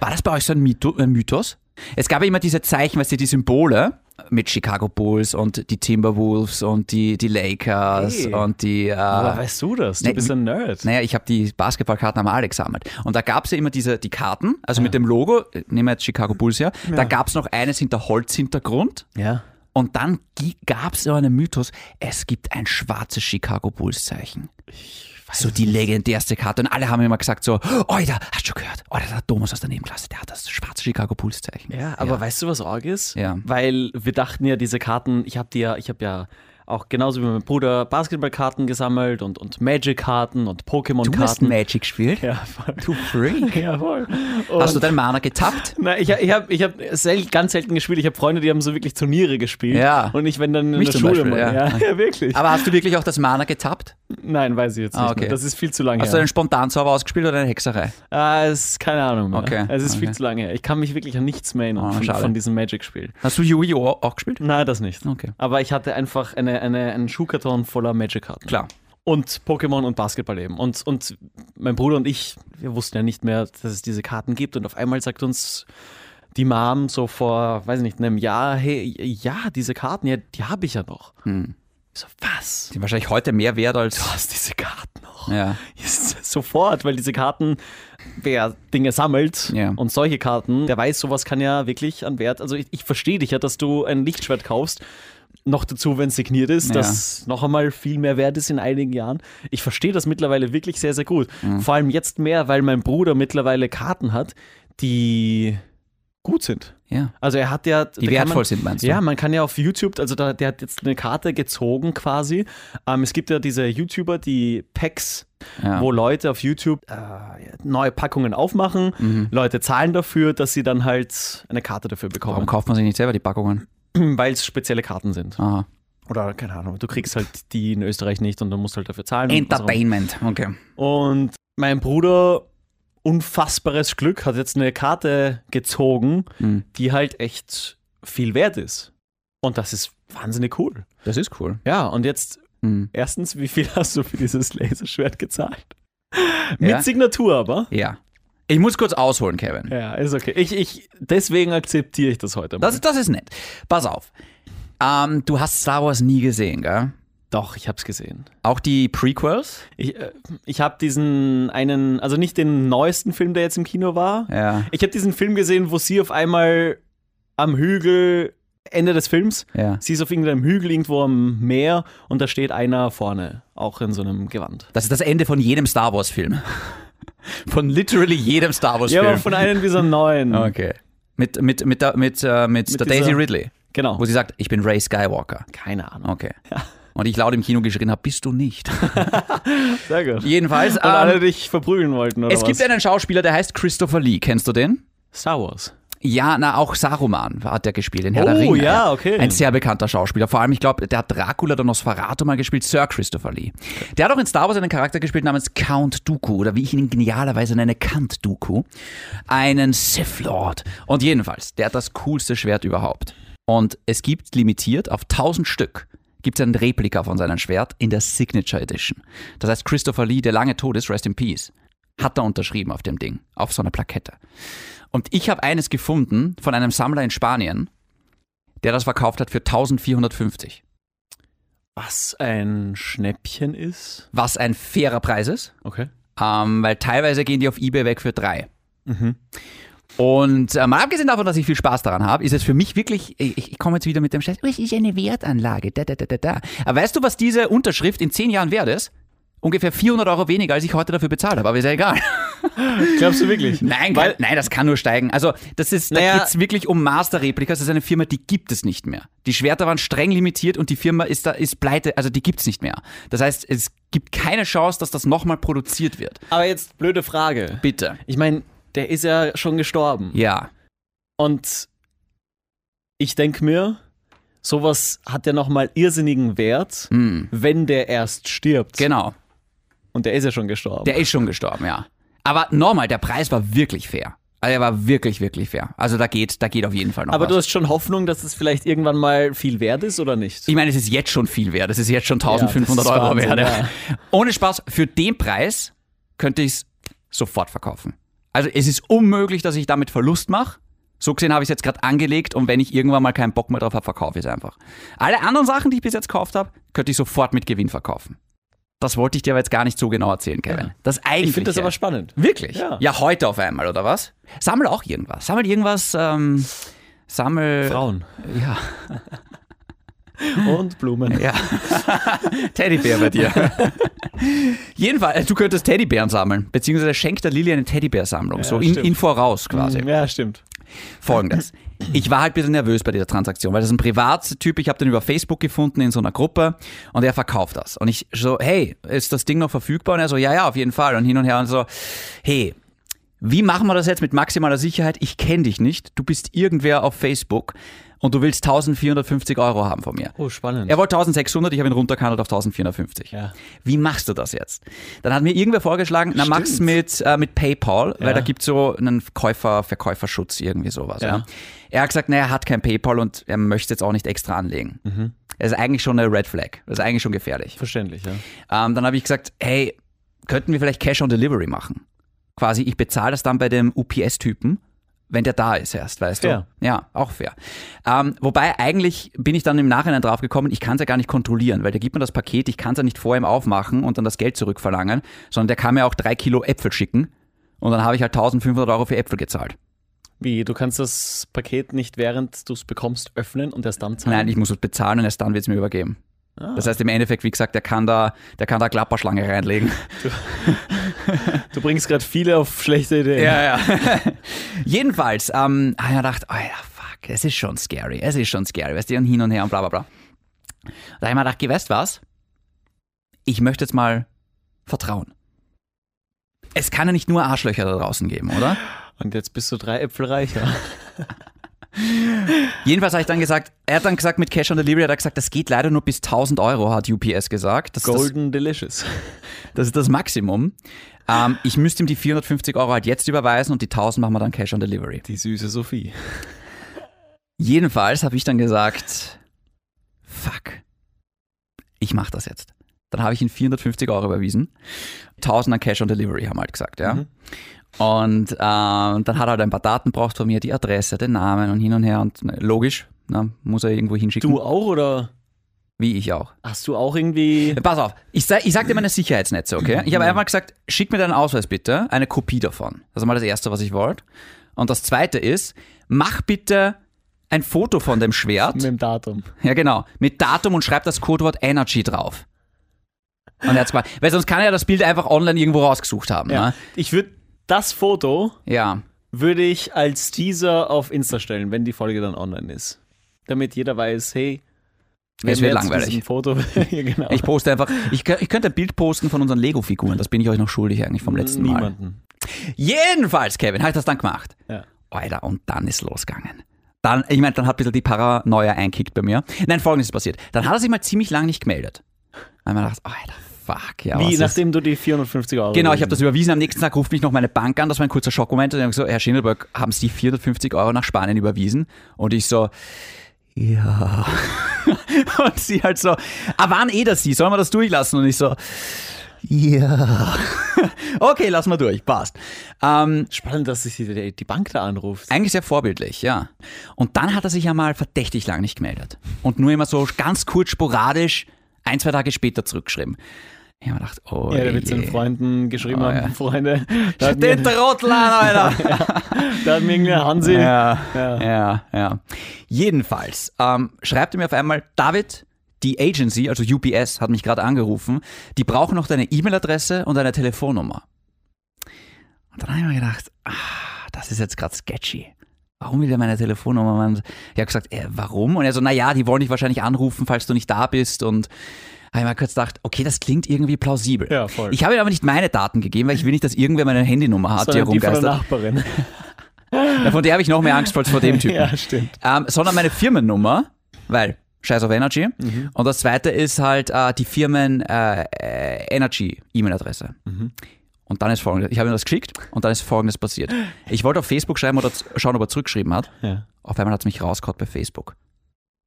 Speaker 1: War das bei euch so ein Mytho- äh, Mythos? Es gab ja immer diese Zeichen, weißt du, die Symbole mit Chicago Bulls und die Timberwolves und die, die Lakers
Speaker 2: Hey.
Speaker 1: und die. Äh,
Speaker 2: Aber weißt du das? Du
Speaker 1: Nee,
Speaker 2: bist ein Nerd.
Speaker 1: naja, ich habe die Basketballkarten am Alex gesammelt. Und da gab es ja immer diese, die Karten, also mit dem Logo, äh, nehmen wir jetzt Chicago Bulls her, da gab es noch eines hinter Holzhintergrund.
Speaker 2: Ja.
Speaker 1: Und dann gab es so einen Mythos, es gibt ein schwarzes Chicago Bulls Zeichen. So die legendärste Karte. Und alle haben immer gesagt so, Oida, hast du schon gehört? Oida, der Thomas aus der Nebenklasse, der hat das schwarze Chicago Bulls Zeichen.
Speaker 2: Ja, aber weißt du, was arg ist?
Speaker 1: Ja.
Speaker 2: Weil wir dachten ja, diese Karten, ich habe die ja, ich habe ja auch genauso wie mein Bruder Basketballkarten gesammelt und, und Magic-Karten und
Speaker 1: Du hast
Speaker 2: Pokémon-Karten.
Speaker 1: Magic gespielt?
Speaker 2: ja, voll.
Speaker 1: Du Freak.
Speaker 2: Jawohl.
Speaker 1: Hast du deinen Mana getappt?
Speaker 2: Na, ich, ich habe ich hab sel ganz selten gespielt. Ich habe Freunde, die haben so wirklich Turniere gespielt.
Speaker 1: Ja.
Speaker 2: Und ich, wenn dann in
Speaker 1: Mich
Speaker 2: der
Speaker 1: zum
Speaker 2: Schule
Speaker 1: Beispiel,
Speaker 2: mal.
Speaker 1: ja.
Speaker 2: Ja, ja, wirklich.
Speaker 1: Aber hast du wirklich auch das Mana getappt?
Speaker 2: Nein, weiß ich jetzt nicht.
Speaker 1: Ah, okay.
Speaker 2: Mehr. Das ist viel zu lange
Speaker 1: Hast du
Speaker 2: her.
Speaker 1: einen Spontanzauber ausgespielt oder eine Hexerei?
Speaker 2: Ah, es ist keine Ahnung mehr.
Speaker 1: Okay,
Speaker 2: Es ist viel
Speaker 1: okay.
Speaker 2: zu lange her. Ich kann mich wirklich an nichts mehr erinnern
Speaker 1: Ah,
Speaker 2: von,
Speaker 1: schade.
Speaker 2: von diesem Magic-Spiel.
Speaker 1: Hast du Yu-Gi-Oh! auch gespielt?
Speaker 2: Nein, das nicht.
Speaker 1: Okay.
Speaker 2: Aber ich hatte einfach eine, eine, einen Schuhkarton voller Magic-Karten.
Speaker 1: Klar.
Speaker 2: Und Pokémon und Basketball eben. Und, und mein Bruder und ich, wir wussten ja nicht mehr, dass es diese Karten gibt. Und auf einmal sagt uns die Mom so vor, weiß ich nicht, einem Jahr, hey, ja, diese Karten, ja, die habe ich ja noch. Ich so, was?
Speaker 1: Die wahrscheinlich heute mehr wert
Speaker 2: Du
Speaker 1: als.
Speaker 2: hast diese Karten noch?
Speaker 1: Ja.
Speaker 2: Jetzt Sofort, weil diese Karten, wer Dinge sammelt
Speaker 1: Ja.
Speaker 2: und solche Karten, der weiß, sowas kann ja wirklich an Wert. Also ich, ich verstehe dich ja, dass du ein Lichtschwert kaufst. Noch dazu, wenn es signiert ist,
Speaker 1: Ja.
Speaker 2: das noch einmal viel mehr wert ist in einigen Jahren. Ich verstehe das mittlerweile wirklich sehr, sehr gut. Vor allem jetzt mehr, weil mein Bruder mittlerweile Karten hat, die gut sind.
Speaker 1: Ja.
Speaker 2: Also er hat ja.
Speaker 1: Die
Speaker 2: da kann
Speaker 1: wertvoll
Speaker 2: man,
Speaker 1: sind, meinst du?
Speaker 2: Ja, man kann ja auf YouTube, also da, der hat jetzt eine Karte gezogen quasi. Ähm, es gibt ja diese YouTuber, die Packs,
Speaker 1: Ja.
Speaker 2: wo Leute auf YouTube äh, neue Packungen aufmachen.
Speaker 1: Mhm.
Speaker 2: Leute zahlen dafür, dass sie dann halt eine Karte dafür
Speaker 1: Warum
Speaker 2: bekommen,
Speaker 1: kauft man sich nicht selber die Packungen?
Speaker 2: weil es spezielle Karten sind.
Speaker 1: Aha.
Speaker 2: Oder keine Ahnung, du kriegst halt die in Österreich nicht und du musst halt dafür zahlen. und was auch immer.
Speaker 1: Entertainment. Okay.
Speaker 2: Und mein Bruder, unfassbares Glück, hat jetzt eine Karte gezogen,
Speaker 1: Mhm.
Speaker 2: die halt echt viel wert ist. Und das ist wahnsinnig cool.
Speaker 1: Das ist cool.
Speaker 2: Ja, und jetzt
Speaker 1: Mhm.
Speaker 2: erstens, wie viel hast du für dieses Laserschwert gezahlt?
Speaker 1: Ja.
Speaker 2: Mit Signatur aber.
Speaker 1: Ja. Ich muss kurz ausholen, Kevin.
Speaker 2: Ja, ist okay. Ich, ich, deswegen akzeptiere ich das heute. Mal.
Speaker 1: Das, das ist nett. Pass auf. Ähm, du hast Star Wars nie gesehen, gell?
Speaker 2: Doch, ich hab's gesehen.
Speaker 1: Auch die Prequels?
Speaker 2: Ich, äh, ich habe diesen einen, also nicht den neuesten Film, der jetzt im Kino war.
Speaker 1: Ja.
Speaker 2: Ich habe diesen Film gesehen, wo sie auf einmal am Hügel, Ende des Films,
Speaker 1: Ja.
Speaker 2: sie ist auf irgendeinem Hügel irgendwo am Meer und da steht einer vorne, auch in so einem Gewand.
Speaker 1: Das ist das Ende von jedem Star Wars-Film. Von literally jedem Star
Speaker 2: Ja,
Speaker 1: Wars-Film.
Speaker 2: aber von einem dieser neuen.
Speaker 1: okay. Mit, mit, mit, der, mit, äh, mit, der
Speaker 2: dieser-
Speaker 1: Daisy Ridley,
Speaker 2: Genau.
Speaker 1: wo sie sagt, ich bin Ray Skywalker.
Speaker 2: Keine Ahnung.
Speaker 1: Okay. Und ich laut im Kino geschrien habe, bist du nicht.
Speaker 2: Sehr gut.
Speaker 1: Jedenfalls,
Speaker 2: Und alle
Speaker 1: ähm,
Speaker 2: dich verprügeln wollten, oder
Speaker 1: es
Speaker 2: was?
Speaker 1: gibt einen Schauspieler, der heißt Christopher Lee. Kennst du den?
Speaker 2: Star Wars.
Speaker 1: Ja, na, auch Saruman hat er gespielt in Herr
Speaker 2: Oh,
Speaker 1: der Ringe.
Speaker 2: ja, okay.
Speaker 1: Ein sehr bekannter Schauspieler. Vor allem, ich glaube, der hat Dracula oder Nosferatu mal gespielt, Sir Christopher Lee. Der hat auch in Star Wars einen Charakter gespielt namens Count Dooku oder wie ich ihn genialerweise nenne, Count Dooku. Einen Sith Lord. Und jedenfalls, der hat das coolste Schwert überhaupt. Und es gibt limitiert auf 1000 Stück gibt es einen Replika von seinem Schwert in der Signature Edition. Das heißt, Christopher Lee, der lange tot ist, rest in peace, hat da unterschrieben auf dem Ding, auf so einer Plakette. Und ich habe eines gefunden von einem Sammler in Spanien, der das verkauft hat für 1450.
Speaker 2: Was ein Schnäppchen ist.
Speaker 1: Was ein fairer Preis ist,
Speaker 2: Okay.
Speaker 1: ähm, weil teilweise gehen die auf Ebay weg für drei. Und äh, mal abgesehen davon, dass ich viel Spaß daran habe, ist es für mich wirklich, ich, ich komme jetzt wieder mit dem Scheiß, oh, es ist eine Wertanlage, da, da, da, da, da. Aber weißt du, was diese Unterschrift in zehn Jahren wert ist? Ungefähr 400 Euro weniger, als ich heute dafür bezahlt habe, aber ist ja egal.
Speaker 2: Glaubst du wirklich?
Speaker 1: Nein, kann, nein, das kann nur steigen. Also, das ist,
Speaker 2: Naja.
Speaker 1: da geht's wirklich um Master-Replikas. Das ist eine Firma, die gibt es nicht mehr. Die Schwerter waren streng limitiert und die Firma ist da, ist pleite, also die gibt's nicht mehr. Das heißt, es gibt keine Chance, dass das nochmal produziert wird.
Speaker 2: Aber jetzt blöde Frage.
Speaker 1: Bitte.
Speaker 2: Ich meine, der ist ja schon gestorben.
Speaker 1: Ja.
Speaker 2: Und ich denke mir, sowas hat ja nochmal irrsinnigen Wert, wenn der erst stirbt.
Speaker 1: Hm. Genau.
Speaker 2: Und der ist ja schon gestorben.
Speaker 1: Der ist schon gestorben, ja. Aber nochmal, der Preis war wirklich fair. Also er war wirklich, wirklich fair. Also da geht, da geht auf jeden Fall noch
Speaker 2: aber
Speaker 1: was.
Speaker 2: du hast schon Hoffnung, dass es vielleicht irgendwann mal viel wert ist oder nicht?
Speaker 1: Ich meine, es ist jetzt schon viel wert. Es ist jetzt schon
Speaker 2: Ja,
Speaker 1: 1500
Speaker 2: das ist
Speaker 1: Euro
Speaker 2: Wahnsinn,
Speaker 1: wert.
Speaker 2: ja.
Speaker 1: Ohne Spaß, für den Preis könnte ich es sofort verkaufen. Also es ist unmöglich, dass ich damit Verlust mache. So gesehen habe ich es jetzt gerade angelegt und wenn ich irgendwann mal keinen Bock mehr drauf habe, verkaufe ich es einfach. Alle anderen Sachen, die ich bis jetzt gekauft habe, könnte ich sofort mit Gewinn verkaufen. Das wollte ich dir aber jetzt gar nicht so genau erzählen, Kevin. Das eigentlich.
Speaker 2: Ich finde das aber spannend.
Speaker 1: Wirklich?
Speaker 2: Ja.
Speaker 1: ja, heute auf einmal, oder was? Sammel auch irgendwas. Sammel irgendwas, ähm, sammel.
Speaker 2: Frauen
Speaker 1: Ja.
Speaker 2: und Blumen.
Speaker 1: Ja. Teddybär bei dir. Jedenfalls, äh, du könntest Teddybären sammeln, beziehungsweise schenkt der Lilly eine Teddybärsammlung, so in,
Speaker 2: stimmt. Mhm.
Speaker 1: in voraus quasi.
Speaker 2: Also, Ja, stimmt.
Speaker 1: Folgendes. Ich war halt ein bisschen nervös bei dieser Transaktion, weil das ist ein Privattyp, ich habe den über Facebook gefunden in so einer Gruppe und er verkauft das. Und ich so, hey, ist das Ding noch verfügbar? Und er so, ja, ja, auf jeden Fall. Und hin und her und so, hey, wie machen wir das jetzt mit maximaler Sicherheit? Ich kenne dich nicht, du bist irgendwer auf Facebook und du willst 1450 Euro haben von mir.
Speaker 2: Oh, spannend.
Speaker 1: Er wollte 1600, ich habe ihn runtergehandelt auf 1450.
Speaker 2: Ja.
Speaker 1: Wie machst du das jetzt? Dann hat mir irgendwer vorgeschlagen, na mach's mit, äh, mit PayPal, weil da gibt's so einen Käufer, Verkäuferschutz, irgendwie sowas. Ja.
Speaker 2: Ja.
Speaker 1: Er hat gesagt, na, er hat kein PayPal und er möchte jetzt auch nicht extra anlegen. Das ist eigentlich schon eine Red Flag. Das ist eigentlich schon gefährlich.
Speaker 2: Verständlich, ja.
Speaker 1: Ähm, dann habe ich gesagt, hey, könnten wir vielleicht Cash on Delivery machen? Quasi, ich bezahle das dann bei dem UPS-Typen, wenn der da ist erst, weißt
Speaker 2: Fair.
Speaker 1: du? Ja, auch fair. Ähm, wobei eigentlich bin ich dann im Nachhinein draufgekommen, ich kann es ja gar nicht kontrollieren, weil der gibt mir das Paket, ich kann es ja nicht vor ihm aufmachen und dann das Geld zurückverlangen, sondern der kann mir auch drei Kilo Äpfel schicken und dann habe ich halt 1500 Euro für Äpfel gezahlt.
Speaker 2: Wie, du kannst das Paket nicht, während du es bekommst, öffnen und erst dann zahlen?
Speaker 1: Nein, ich muss es bezahlen und erst dann wird es mir übergeben. Das heißt im Endeffekt, wie gesagt, der kann da, der kann da Klapperschlange reinlegen.
Speaker 2: Du bringst gerade viele auf schlechte Ideen.
Speaker 1: Ja, ja. Jedenfalls, ähm, habe ich mir gedacht, oh ja, fuck, es ist schon scary, es ist schon scary, weißt du, und hin und her und bla bla bla. Und Da habe ich mir gedacht, geh, weißt du was? Ich möchte jetzt mal vertrauen. Es kann ja nicht nur Arschlöcher da draußen geben, oder?
Speaker 2: Und jetzt bist du drei Äpfel reicher.
Speaker 1: Jedenfalls habe ich dann gesagt, er hat dann gesagt, mit Cash on Delivery hat er gesagt, das geht leider nur bis 1000 Euro, hat UPS gesagt. Das, ist das,
Speaker 2: Golden Delicious.
Speaker 1: das ist das Maximum. Ähm, ich müsste ihm die 450 Euro halt jetzt überweisen und die 1000 machen wir dann Cash on Delivery.
Speaker 2: Die süße Sophie.
Speaker 1: Jedenfalls habe ich dann gesagt, fuck, ich mache das jetzt. Dann habe ich ihn 450 Euro überwiesen. 1000 an Cash on Delivery, haben wir halt gesagt, ja. Und ähm, dann hat er halt ein paar Daten braucht von mir, die Adresse, den Namen und hin und her. Und ne, logisch, ne, muss er irgendwo hinschicken.
Speaker 2: Du auch oder
Speaker 1: Wie ich auch.
Speaker 2: hast du auch irgendwie.
Speaker 1: Pass auf, ich sag, ich sag dir meine Sicherheitsnetze, okay? Ich habe einmal gesagt, schick mir deinen Ausweis bitte, eine Kopie davon. Das ist mal das Erste, was ich wollte. Und das Zweite ist, mach bitte ein Foto von dem Schwert.
Speaker 2: Mit dem Datum.
Speaker 1: Ja, genau. Mit Datum und schreibt das Codewort Energy drauf. Und er hat's gemacht. Weil sonst kann er das Bild einfach online irgendwo rausgesucht haben. Ne?
Speaker 2: Ich würde das Foto
Speaker 1: ja.
Speaker 2: würde ich als Teaser auf Insta stellen, wenn die Folge dann online ist. Damit jeder weiß, hey, wenn
Speaker 1: Es
Speaker 2: wir
Speaker 1: wird
Speaker 2: jetzt
Speaker 1: langweilig.
Speaker 2: diesem Foto. ja, genau.
Speaker 1: Ich poste einfach. Ich, kö- ich könnte ein Bild posten von unseren Lego-Figuren. Das bin ich euch noch schuldig eigentlich vom letzten Mal.
Speaker 2: Niemanden.
Speaker 1: Jedenfalls, Kevin, habe ich das dann gemacht.
Speaker 2: Ja.
Speaker 1: Alter, und dann ist losgegangen. Dann, ich meine, dann hat ein bisschen die Paranoia einkickt bei mir. Nein, folgendes ist passiert. Dann hat er sich mal ziemlich lang nicht gemeldet. Weil man dachte, Alter, fuck, ja. was
Speaker 2: Wie,
Speaker 1: ist-
Speaker 2: nachdem du die 450 Euro.
Speaker 1: Genau, ich habe das überwiesen. Am nächsten Tag ruft mich noch meine Bank an. Das war ein kurzer Schockmoment. Und die haben gesagt, Herr Schindelberg, haben Sie 450 Euro nach Spanien überwiesen? Und ich so, ja. Und sie halt so, ah, waren eh das Sie? Sollen wir das durchlassen? Und ich so, ja. Okay, lassen wir durch. Passt. Ähm,
Speaker 2: Spannend, dass sich die, die Bank da anruft.
Speaker 1: eigentlich sehr vorbildlich, ja. Und dann hat er sich ja mal verdächtig lang nicht gemeldet. Und nur immer so ganz kurz sporadisch ein, zwei Tage später zurückgeschrieben. Ich habe mir gedacht, oh
Speaker 2: Ja, der wird
Speaker 1: je.
Speaker 2: seinen Freunden geschrieben
Speaker 1: Oh,
Speaker 2: haben,
Speaker 1: ja.
Speaker 2: Freunde. Da hat, mir,
Speaker 1: Den Trottel an, Alter.
Speaker 2: da hat mir irgendein Hansi.
Speaker 1: Ja, ja, ja. Jedenfalls ähm, schreibt er mir auf einmal, David, die Agency, also UPS, hat mich gerade angerufen, die brauchen noch deine E-Mail-Adresse und deine Telefonnummer. Und dann habe ich mir gedacht, ah, das ist jetzt gerade sketchy. Warum will er meine Telefonnummer? Man, ich habe gesagt, äh, warum? Und er so, naja, die wollen dich wahrscheinlich anrufen, falls du nicht da bist. Und habe ich mal kurz gedacht, okay, das klingt irgendwie plausibel.
Speaker 2: Ja, voll.
Speaker 1: Ich habe ihm aber nicht meine Daten gegeben, weil ich will nicht, dass irgendwer meine Handynummer hat, die
Speaker 2: sondern die von der
Speaker 1: herumgeistert.
Speaker 2: Nachbarin.
Speaker 1: Ja, Von der habe ich noch mehr Angst als vor dem Typen.
Speaker 2: Ja, stimmt.
Speaker 1: Ähm, sondern meine Firmennummer, weil Scheiß auf Energy. Und das zweite ist halt äh, die Firmen äh, äh, Energy E-Mail-Adresse. Und dann ist folgendes, ich habe ihm das geschickt und dann ist folgendes passiert. Ich wollte auf Facebook schreiben oder z- schauen, ob er zurückgeschrieben hat.
Speaker 2: Ja.
Speaker 1: Auf einmal hat es mich rausgehauen bei Facebook.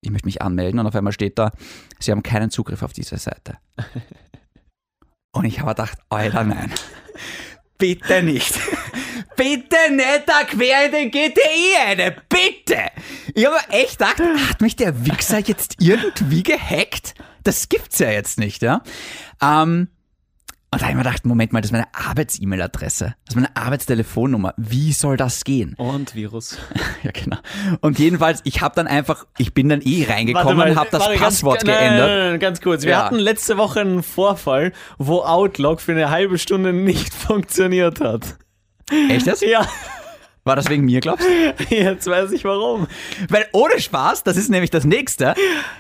Speaker 1: Ich möchte mich anmelden und auf einmal steht da, sie haben keinen Zugriff auf diese Seite. Und ich habe gedacht, Alter, nein. Bitte nicht. Bitte nicht da quer in den GTI eine. Bitte. Ich habe echt gedacht, hat mich der Wichser jetzt irgendwie gehackt? Das gibt's ja jetzt nicht, ja? Ähm, und da habe ich mir gedacht, Moment mal, das ist meine Arbeits-E-Mail-Adresse. Das ist meine Arbeitstelefonnummer. Wie soll das gehen?
Speaker 2: Und Virus.
Speaker 1: Ja, genau. Und jedenfalls, ich habe dann einfach, ich bin dann eh reingekommen und habe das
Speaker 2: warte,
Speaker 1: Passwort
Speaker 2: ganz, genau. nein,
Speaker 1: geändert.
Speaker 2: Nein, nein, nein, ganz kurz. Wir
Speaker 1: Ja.
Speaker 2: hatten letzte Woche einen Vorfall, wo Outlook für eine halbe Stunde nicht funktioniert hat.
Speaker 1: Echt das?
Speaker 2: Ja,
Speaker 1: War das wegen mir, glaubst du?
Speaker 2: jetzt weiß ich warum.
Speaker 1: Weil ohne Spaß, das ist nämlich das nächste.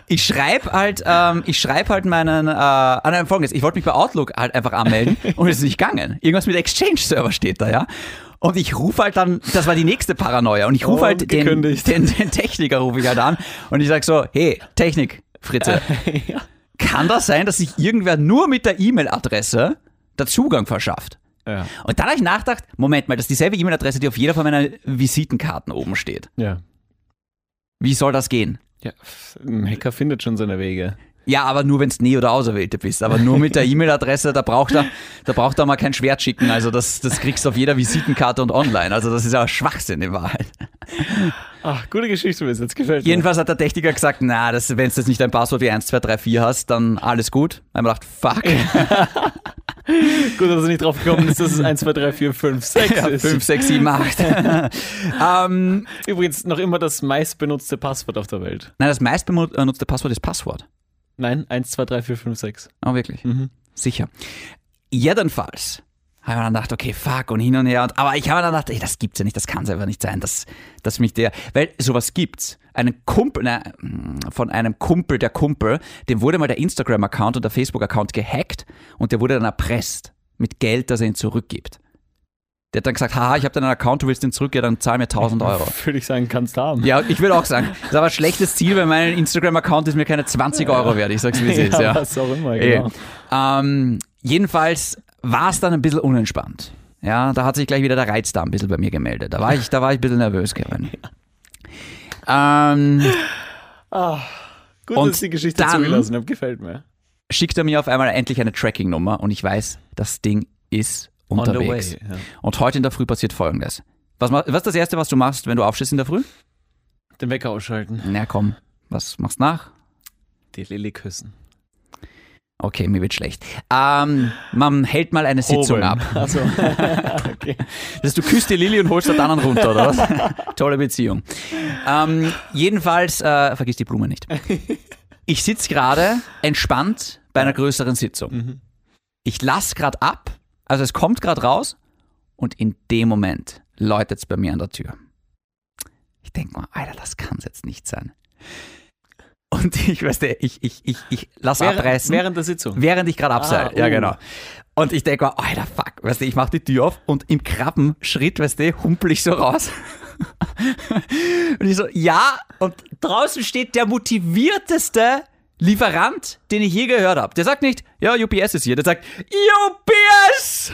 Speaker 1: Ich schreibe halt, ähm, ich schreibe halt meinen, äh, an einem folgendes, ich wollte mich bei Outlook halt einfach anmelden und es ist nicht gegangen. Irgendwas mit Exchange Server steht da, ja. Und ich rufe halt dann, das war die nächste Paranoia und ich rufe
Speaker 2: Oh,
Speaker 1: halt den, den,
Speaker 2: gekündigt.
Speaker 1: den Techniker rufe ich halt an und ich sag so, hey, Technik, Fritze,
Speaker 2: Ja.
Speaker 1: kann das sein, dass sich irgendwer nur mit der E-Mail-Adresse der Zugang verschafft?
Speaker 2: Ja.
Speaker 1: Und dann habe ich nachgedacht, Moment mal, das ist dieselbe E-Mail-Adresse, die auf jeder von meinen Visitenkarten oben steht.
Speaker 2: Ja.
Speaker 1: Wie soll das gehen?
Speaker 2: ja. Ein Hacker findet schon seine Wege.
Speaker 1: Ja, aber nur wenn es nie oder Auserwählte bist. Aber nur mit der E-Mail-Adresse, da braucht er, da braucht er mal kein Schwert schicken. Also das, das kriegst du auf jeder Visitenkarte und online. Also das ist ja Schwachsinn in Wahrheit.
Speaker 2: Ach, gute Geschichte bis jetzt. Gefällt mir.
Speaker 1: Jedenfalls hat der Techniker gesagt, na, das, wenn du jetzt nicht dein Passwort wie 1234 hast, dann alles gut. Da haben wir gedacht, fuck,
Speaker 2: Gut, dass er nicht drauf gekommen ist, dass es 1, 2, 3, 4, 5, 6 ist.
Speaker 1: 5, 6, 7, 8. ähm,
Speaker 2: Übrigens noch immer das meistbenutzte Passwort auf der Welt.
Speaker 1: nein, das meistbenutzte Passwort ist Passwort.
Speaker 2: Nein, 1, 2, 3, 4, 5, 6.
Speaker 1: Oh, wirklich? Sicher. Jedenfalls habe ich mir dann gedacht, okay, fuck und hin und her. Und, aber ich habe mir dann gedacht, ey, das gibt's ja nicht, das kann's einfach nicht sein, dass, dass mich der, weil sowas gibt's. Einen Kumpel, na, mm, von einem Kumpel, der Kumpel, dem wurde mal der Instagram-Account und der Facebook-Account gehackt und der wurde dann erpresst mit Geld, das er ihn zurückgibt. Der hat dann gesagt, haha, ich habe deinen Account, du willst den zurück, ja, dann zahl mir 1000 Euro.
Speaker 2: Würde ich sagen, kannst haben.
Speaker 1: Ja, ich würde auch sagen, das ist aber ein schlechtes Ziel, weil mein Instagram-Account ist mir keine 20 Euro wert, ich sag's wie es ist. Ja.
Speaker 2: was auch immer,
Speaker 1: Eh.
Speaker 2: genau.
Speaker 1: Ähm, jedenfalls war es dann ein bisschen unentspannt. Ja, da hat sich gleich wieder der Reiz da ein bisschen bei mir gemeldet. Da war ich, da war ich ein bisschen nervös geworden. Ähm,
Speaker 2: Gut,
Speaker 1: Und
Speaker 2: dass ich die Geschichte
Speaker 1: dann-
Speaker 2: zugelassen habe. Gefällt mir.
Speaker 1: schickt er mir auf einmal endlich eine Tracking-Nummer und ich weiß, das Ding ist
Speaker 2: the
Speaker 1: unterwegs.
Speaker 2: way, ja.
Speaker 1: Und heute in der Früh passiert folgendes. Was, ma- was ist das Erste, was du machst, wenn du aufstehst in der Früh?
Speaker 2: Den Wecker ausschalten.
Speaker 1: Na komm, was machst nach?
Speaker 2: Die Lilly küssen.
Speaker 1: Okay, mir wird schlecht. Ähm, man hält mal eine Sitzung ab.
Speaker 2: Also, okay.
Speaker 1: Das heißt, du küsst die Lilly und holst dann anderen runter, oder was? Tolle Beziehung. Ähm, jedenfalls, äh, vergiss die Blume nicht. Ich sitze gerade entspannt bei einer größeren Sitzung. Ich lass gerade ab, also es kommt gerade raus und in dem Moment läutet es bei mir an der Tür. Ich denke mal, Alter, das kann es jetzt nicht sein. Und ich, weißt du, ich, ich, ich, ich lass
Speaker 2: Während,
Speaker 1: abreißen.
Speaker 2: während der Sitzung.
Speaker 1: Während ich gerade abseil.
Speaker 2: Ah,
Speaker 1: Ja,
Speaker 2: uh.
Speaker 1: genau. Und ich denke mir, alter Fuck, weißt du, ich mache die Tür auf und im Krabbenschritt, weißt du, humpel ich so raus. und ich so, ja, und draußen steht der motivierteste Lieferant, den ich je gehört habe. Der sagt nicht, ja, UPS ist hier. Der sagt, UPS!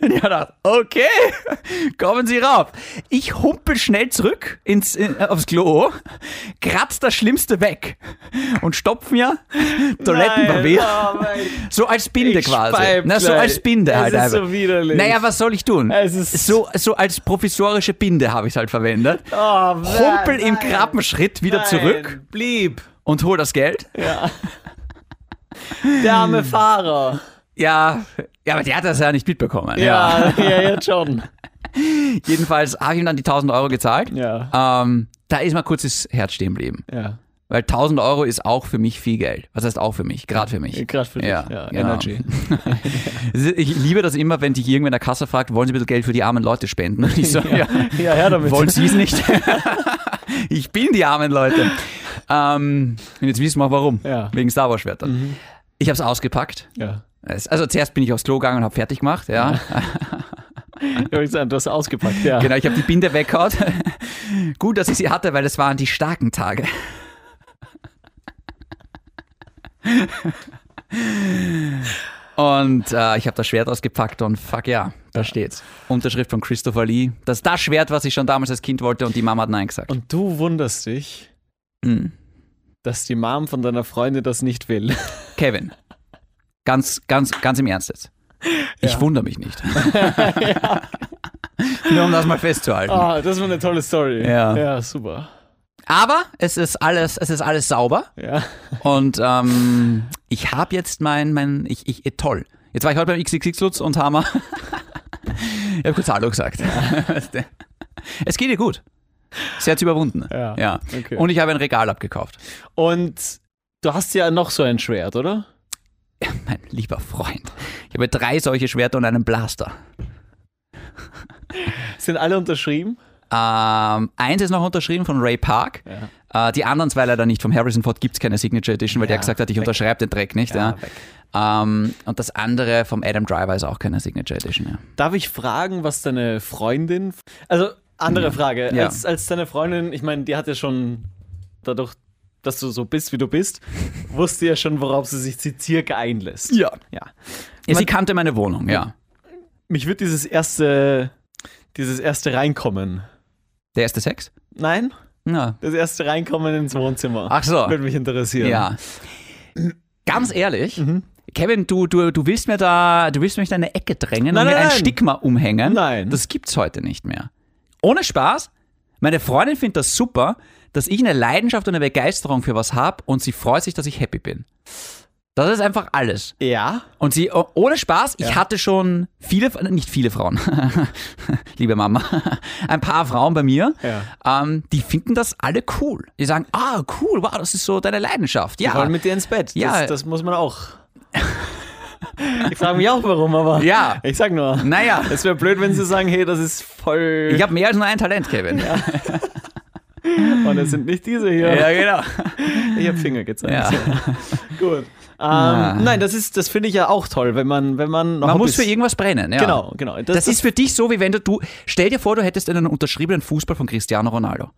Speaker 1: Und ich hab gedacht, okay, kommen Sie rauf. Ich humpel schnell zurück ins, in, aufs Klo, kratz das Schlimmste weg und stopf mir Toilettenpapier.
Speaker 2: Nein, oh mein
Speaker 1: So als Binde
Speaker 2: Ich
Speaker 1: quasi.
Speaker 2: speib
Speaker 1: Na, so
Speaker 2: gleich.
Speaker 1: als Binde
Speaker 2: Es
Speaker 1: halt
Speaker 2: ist
Speaker 1: einfach.
Speaker 2: so widerlich.
Speaker 1: Naja, was soll ich tun?
Speaker 2: Es ist-
Speaker 1: so, so als provisorische Binde habe ich es halt verwendet.
Speaker 2: Oh,
Speaker 1: Humpel im
Speaker 2: nein,
Speaker 1: Krabbenschritt wieder
Speaker 2: nein,
Speaker 1: zurück
Speaker 2: Blieb.
Speaker 1: und hol das Geld.
Speaker 2: Der arme Fahrer.
Speaker 1: Ja, ja, aber der hat das ja nicht mitbekommen.
Speaker 2: Ja, ja, jetzt schon.
Speaker 1: Jedenfalls habe ich ihm dann die 1000 Euro gezahlt.
Speaker 2: Ja.
Speaker 1: Ähm, da ist mal kurz das Herz stehen geblieben.
Speaker 2: Ja.
Speaker 1: Weil 1000 Euro ist auch für mich viel Geld. Was heißt auch für mich? Gerade für mich.
Speaker 2: Gerade für dich.
Speaker 1: Ja, genau.
Speaker 2: Energy.
Speaker 1: Ich liebe das immer, wenn dich irgendwer in der Kasse fragt, wollen Sie bitte Geld für die armen Leute spenden? Und ich so, ja,
Speaker 2: Ja, her damit.
Speaker 1: Wollen Sie es nicht? ich bin die armen Leute. Ähm, und jetzt wissen wir warum.
Speaker 2: Ja.
Speaker 1: Wegen Star Wars Schwertern. Ich habe es ausgepackt.
Speaker 2: Ja.
Speaker 1: Es- Also zuerst bin ich aufs Klo gegangen und habe fertig gemacht. Ja.
Speaker 2: Übrigens, du hast ausgepackt, ja.
Speaker 1: Genau, ich habe die Binde weggehaut. Gut, dass ich sie hatte, weil es waren die starken Tage. Und äh, ich habe das Schwert ausgepackt und fuck ja, da steht's. Unterschrift von Christopher Lee. Das ist das Schwert, was ich schon damals als Kind wollte und die Mama hat Nein gesagt.
Speaker 2: Und du wunderst dich,
Speaker 1: Mhm.
Speaker 2: dass die Mom von deiner Freundin das nicht will.
Speaker 1: Kevin, ganz, ganz, ganz im Ernst jetzt. Ich wundere mich nicht. Nur um das mal festzuhalten.
Speaker 2: Ah, das war eine tolle Story.
Speaker 1: Ja.
Speaker 2: Ja, super.
Speaker 1: Aber es ist alles, es ist alles sauber.
Speaker 2: Ja.
Speaker 1: Und ähm, ich habe jetzt mein, mein ich, ich, eh, toll. Jetzt war ich heute beim XXX-Lutz und Hammer. ich habe kurz Hallo gesagt. es geht ihr gut. Sie hat's überwunden.
Speaker 2: Ja, okay.
Speaker 1: Und ich habe ein Regal abgekauft.
Speaker 2: Und du hast ja noch so ein Schwert, oder?
Speaker 1: Mein lieber Freund. Ich habe drei solche Schwerter und einen Blaster.
Speaker 2: Sind alle unterschrieben?
Speaker 1: Ähm, eins ist noch unterschrieben von Ray Park. Äh, die anderen zwei leider nicht. Vom Harrison Ford gibt es keine Signature Edition, weil der gesagt hat, ich unterschreibe den Dreck nicht. Ja, Ähm, und das andere vom Adam Driver ist auch keine Signature Edition. Ja.
Speaker 2: Darf ich fragen, was deine Freundin. Also, andere Frage.
Speaker 1: Ja.
Speaker 2: Als, als deine Freundin, ich meine, die hat ja schon dadurch, dass du so bist, wie du bist, wusste ja schon, worauf sie sich circa einlässt.
Speaker 1: Ja.
Speaker 2: Ja.
Speaker 1: ja sie kannte meine Wohnung, ja.
Speaker 2: Mich wird dieses erste. Dieses erste Reinkommen.
Speaker 1: Der erste Sex?
Speaker 2: Nein?
Speaker 1: Ja.
Speaker 2: Das erste Reinkommen ins Wohnzimmer.
Speaker 1: Ach so.
Speaker 2: Würde mich interessieren.
Speaker 1: Ja. Ganz ehrlich, Kevin, du, du, du willst mir da, du willst mich da in eine Ecke drängen
Speaker 2: Nein,
Speaker 1: und mir
Speaker 2: nein,
Speaker 1: ein
Speaker 2: nein.
Speaker 1: Stigma umhängen.
Speaker 2: Nein.
Speaker 1: Das gibt's heute nicht mehr. Ohne Spaß. Meine Freundin findet das super, dass ich eine Leidenschaft und eine Begeisterung für was habe und sie freut sich, dass ich happy bin. Das ist einfach alles.
Speaker 2: Ja.
Speaker 1: Und sie, oh, ohne Spaß, ich hatte schon viele, nicht viele Frauen, liebe Mama, ein paar Frauen bei mir,
Speaker 2: Ja.
Speaker 1: ähm, die finden das alle cool. Die sagen, ah, cool, wow, das ist so deine Leidenschaft.
Speaker 2: Die
Speaker 1: Ja,
Speaker 2: wollen mit dir ins Bett. Das,
Speaker 1: Ja.
Speaker 2: das muss man auch. Ich frage mich auch warum, aber
Speaker 1: Ja.
Speaker 2: ich sag nur.
Speaker 1: naja,
Speaker 2: Es wäre blöd, wenn sie sagen, hey, das ist voll.
Speaker 1: ich habe mehr als nur ein Talent, Kevin. Ja,
Speaker 2: Und es sind nicht diese hier.
Speaker 1: genau.
Speaker 2: Ich habe Finger gezeigt.
Speaker 1: Ja.
Speaker 2: Gut. Ähm, Nein, das ist, das finde ich ja auch toll, wenn man, wenn man.
Speaker 1: Man muss für irgendwas brennen. Ja.
Speaker 2: Genau, genau. Das,
Speaker 1: Das ist für dich so, wie wenn du, du, stell dir vor, du hättest einen unterschriebenen Fußball von Cristiano Ronaldo.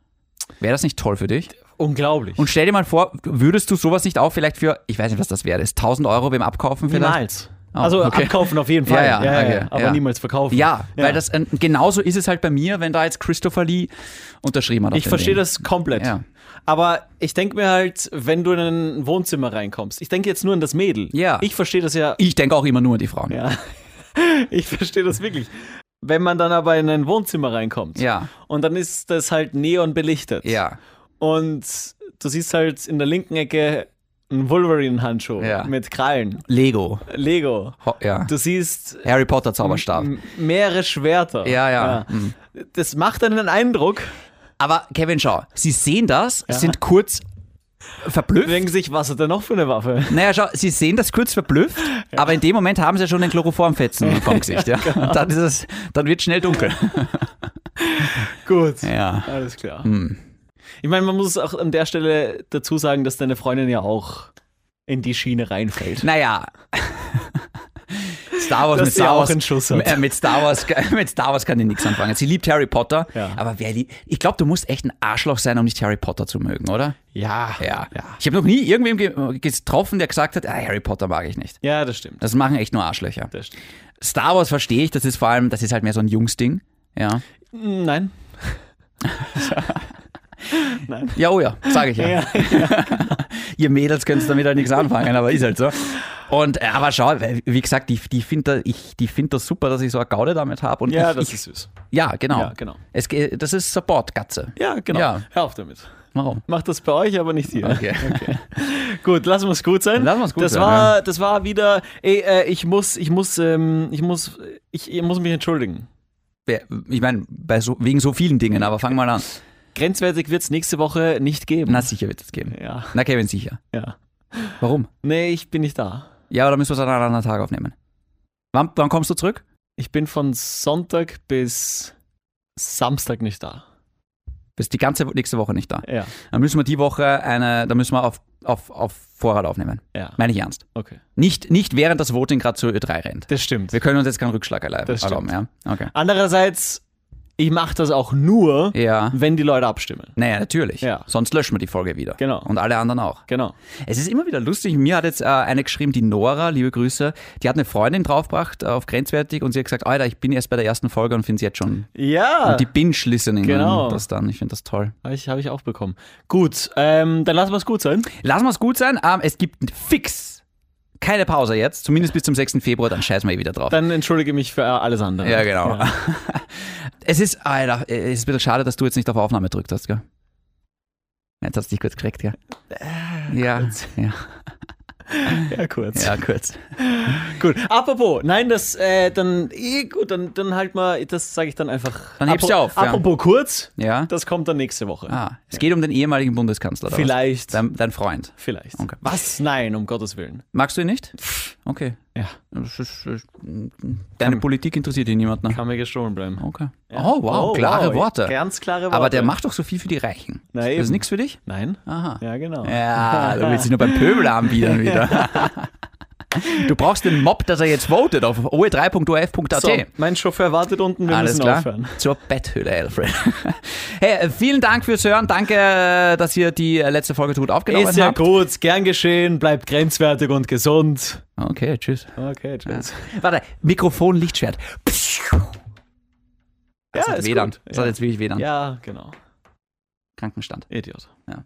Speaker 1: Wäre das nicht toll für dich?
Speaker 2: unglaublich.
Speaker 1: Und stell dir mal vor, würdest du sowas nicht auch vielleicht für, ich weiß nicht, was das wäre, ist 1000 Euro beim Abkaufen vielleicht?
Speaker 2: niemals. also
Speaker 1: Oh, okay.
Speaker 2: abkaufen auf jeden Fall.
Speaker 1: Ja, ja, okay,
Speaker 2: aber
Speaker 1: ja.
Speaker 2: niemals verkaufen.
Speaker 1: Ja, weil das äh, genauso ist es halt bei mir, wenn da jetzt Christopher Lee unterschrieben hat. auf
Speaker 2: Ich
Speaker 1: den
Speaker 2: verstehe
Speaker 1: Ding.
Speaker 2: das komplett.
Speaker 1: Ja.
Speaker 2: Aber ich denke mir halt, wenn du in ein Wohnzimmer reinkommst, ich denke jetzt nur an das Mädel.
Speaker 1: Ja.
Speaker 2: Ich verstehe das ja.
Speaker 1: Ich denke auch immer nur an die Frauen.
Speaker 2: Ja. Ich verstehe das wirklich. Wenn man dann aber in ein Wohnzimmer reinkommt
Speaker 1: Ja.
Speaker 2: und dann ist das halt neon belichtet.
Speaker 1: Ja.
Speaker 2: Und du siehst halt in der linken Ecke einen Wolverine-Handschuh
Speaker 1: Ja.
Speaker 2: mit Krallen,
Speaker 1: Lego.
Speaker 2: Lego.
Speaker 1: Ho ja.
Speaker 2: Du siehst
Speaker 1: Harry Potter Zauberstab.
Speaker 2: m- mehrere Schwerter.
Speaker 1: Ja, Mhm. ja.
Speaker 2: Das macht dann einen Eindruck,
Speaker 1: Aber Kevin, schau, sie sehen das, sind kurz verblüfft.
Speaker 2: denken sich, was hat er noch für eine Waffe?
Speaker 1: Naja, schau, sie sehen das kurz verblüfft, aber in dem Moment haben sie ja schon den Chloroformfetzen vom Gesicht. Ja.
Speaker 2: Genau.
Speaker 1: Und dann, ist es, dann wird schnell dunkel.
Speaker 2: Gut.
Speaker 1: Ja.
Speaker 2: Alles klar.
Speaker 1: Hm.
Speaker 2: Ich meine, man muss auch an der Stelle dazu sagen, dass deine Freundin ja auch in die Schiene reinfällt.
Speaker 1: Naja. Star Wars
Speaker 2: Dass
Speaker 1: mit
Speaker 2: sie
Speaker 1: Star
Speaker 2: auch
Speaker 1: Wars,
Speaker 2: einen Schuss hat.
Speaker 1: äh, Mit, Star Wars mit Star Wars kann die nichts anfangen. Sie liebt Harry Potter,
Speaker 2: Ja.
Speaker 1: aber wer die, ich glaube, du musst echt ein Arschloch sein, um nicht Harry Potter zu mögen, oder?
Speaker 2: Ja.
Speaker 1: Ja.
Speaker 2: Ja,
Speaker 1: Ich habe noch nie irgendwem ge getroffen, der gesagt hat, ah, Harry Potter mag ich nicht.
Speaker 2: ja das stimmt.
Speaker 1: Das machen echt nur Arschlöcher.
Speaker 2: Das stimmt.
Speaker 1: Star Wars verstehe ich, das ist vor allem, das ist halt mehr so ein Jungsding. Ja.
Speaker 2: Hm, Nein.
Speaker 1: Ja, oh ja, sage ich ja. Ihr Mädels könnt damit halt nichts anfangen, aber ist halt so. Und äh, aber schau, wie gesagt, die, die finde ich die find das super, dass ich so eine Gaude damit habe. Und
Speaker 2: Ja,
Speaker 1: ich,
Speaker 2: das
Speaker 1: ich,
Speaker 2: ist süß.
Speaker 1: Ja, genau.
Speaker 2: Ja, genau.
Speaker 1: Es, ge- das ist Support-Gatze.
Speaker 2: Ja, genau.
Speaker 1: Ja.
Speaker 2: Hör auf damit.
Speaker 1: Warum?
Speaker 2: Macht das bei euch, aber nicht hier. Gut, lassen wir es gut sein.
Speaker 1: Lassen wir's gut
Speaker 2: das
Speaker 1: sein,
Speaker 2: War, Das war wieder, ey, äh, ich muss, ich muss, ähm, ich muss, ich, ich muss mich entschuldigen.
Speaker 1: Wer- Ich meine, bei so, wegen so vielen Dingen, aber fang mal an.
Speaker 2: Grenzwertig wird es nächste Woche nicht geben.
Speaker 1: Na, sicher wird es geben.
Speaker 2: Ja,
Speaker 1: Na, Kevin, sicher.
Speaker 2: ja.
Speaker 1: Warum?
Speaker 2: Nee, ich bin nicht da.
Speaker 1: Ja, aber dann müssen wir es an einem anderen Tag aufnehmen. Wann, wann kommst du zurück?
Speaker 2: Ich bin von Sonntag bis Samstag nicht da.
Speaker 1: Bist die ganze Wo- nächste Woche nicht da.
Speaker 2: Ja,
Speaker 1: Dann müssen wir die Woche eine, dann müssen wir auf, auf, auf Vorrat aufnehmen.
Speaker 2: ja.
Speaker 1: Meine ich ernst.
Speaker 2: Okay.
Speaker 1: Nicht, nicht während das Voting gerade zu Ö3 rennt.
Speaker 2: Das stimmt.
Speaker 1: Wir können uns jetzt keinen Rückschlag erlauben.
Speaker 2: Das stimmt.
Speaker 1: erlauben ja? okay.
Speaker 2: Andererseits, ich mache das auch nur,
Speaker 1: Ja.
Speaker 2: wenn die Leute abstimmen.
Speaker 1: Naja, natürlich.
Speaker 2: Ja.
Speaker 1: Sonst löschen wir die Folge wieder.
Speaker 2: Genau.
Speaker 1: Und alle anderen auch.
Speaker 2: Genau.
Speaker 1: Es ist immer wieder lustig. Mir hat jetzt äh, eine geschrieben, die Nora, liebe Grüße, die hat eine Freundin draufgebracht äh, auf Grenzwertig und sie hat gesagt, Alter, ich bin erst bei der ersten Folge und finde es jetzt schon.
Speaker 2: Ja,
Speaker 1: Die Binge-Listening
Speaker 2: Genau.
Speaker 1: nennen das dann. Ich finde das toll.
Speaker 2: habe ich, hab ich auch bekommen. Gut, ähm, dann lassen wir es gut sein.
Speaker 1: Lassen wir es gut sein. Ähm, es gibt fix keine Pause jetzt, zumindest bis zum 6. Februar, dann scheißen wir eh wieder drauf.
Speaker 2: Dann entschuldige mich für äh, alles andere.
Speaker 1: ja, genau. Es ist, Alter, es ist ein bisschen schade, dass du jetzt nicht auf Aufnahme gedrückt hast, gell? Jetzt hast du dich kurz gekriegt, gell? Ja, ja,
Speaker 2: Äh, Ja, kurz.
Speaker 1: ja, kurz.
Speaker 2: Gut. Apropos, nein, das, äh, dann, eh, gut, dann, dann halt mal, das sage ich dann einfach.
Speaker 1: Dann hebst
Speaker 2: Apro-
Speaker 1: du auf, ja.
Speaker 2: Apropos kurz,
Speaker 1: Ja?
Speaker 2: das kommt dann nächste Woche.
Speaker 1: Ah, es geht um den ehemaligen Bundeskanzler. oder was?
Speaker 2: Vielleicht.
Speaker 1: Dein, dein Freund.
Speaker 2: Vielleicht.
Speaker 1: Okay.
Speaker 2: Was? Nein, um Gottes Willen.
Speaker 1: Magst du ihn nicht? Okay.
Speaker 2: Ja.
Speaker 1: Das ist, das- deine Politik interessiert ihn niemand. Ne?
Speaker 2: Kann mir gestohlen bleiben.
Speaker 1: Okay. Oh, wow, klare
Speaker 2: wow,
Speaker 1: Worte.
Speaker 2: Ganz klare Worte.
Speaker 1: Aber der macht doch so viel für die Reichen.
Speaker 2: Na
Speaker 1: das ist
Speaker 2: eben.
Speaker 1: nichts für dich?
Speaker 2: Nein?
Speaker 1: Aha.
Speaker 2: Ja, genau.
Speaker 1: Ja, du willst dich nur beim Pöbel anbieten wieder. Du brauchst den Mob, dass er jetzt votet auf oe3.orf.at.
Speaker 2: So, mein Chauffeur wartet unten, wir
Speaker 1: Alles
Speaker 2: müssen
Speaker 1: klar.
Speaker 2: aufhören.
Speaker 1: Zur Betthöhle, Alfred. Hey, vielen Dank fürs Hören. Danke, äh, dass ihr die letzte Folge so gut aufgenommen
Speaker 2: Ist ja
Speaker 1: Genau, habt.
Speaker 2: gut, gern geschehen, bleibt grenzwertig und gesund.
Speaker 1: Okay, tschüss.
Speaker 2: Okay, tschüss.
Speaker 1: Warte, Mikrofon, Lichtschwert. Pschuh. Das
Speaker 2: Ja,
Speaker 1: hat
Speaker 2: ist
Speaker 1: WLAN.
Speaker 2: gut.
Speaker 1: Das hat jetzt wirklich WLAN.
Speaker 2: Ja, genau.
Speaker 1: Krankenstand.
Speaker 2: Idiot.
Speaker 1: Ja.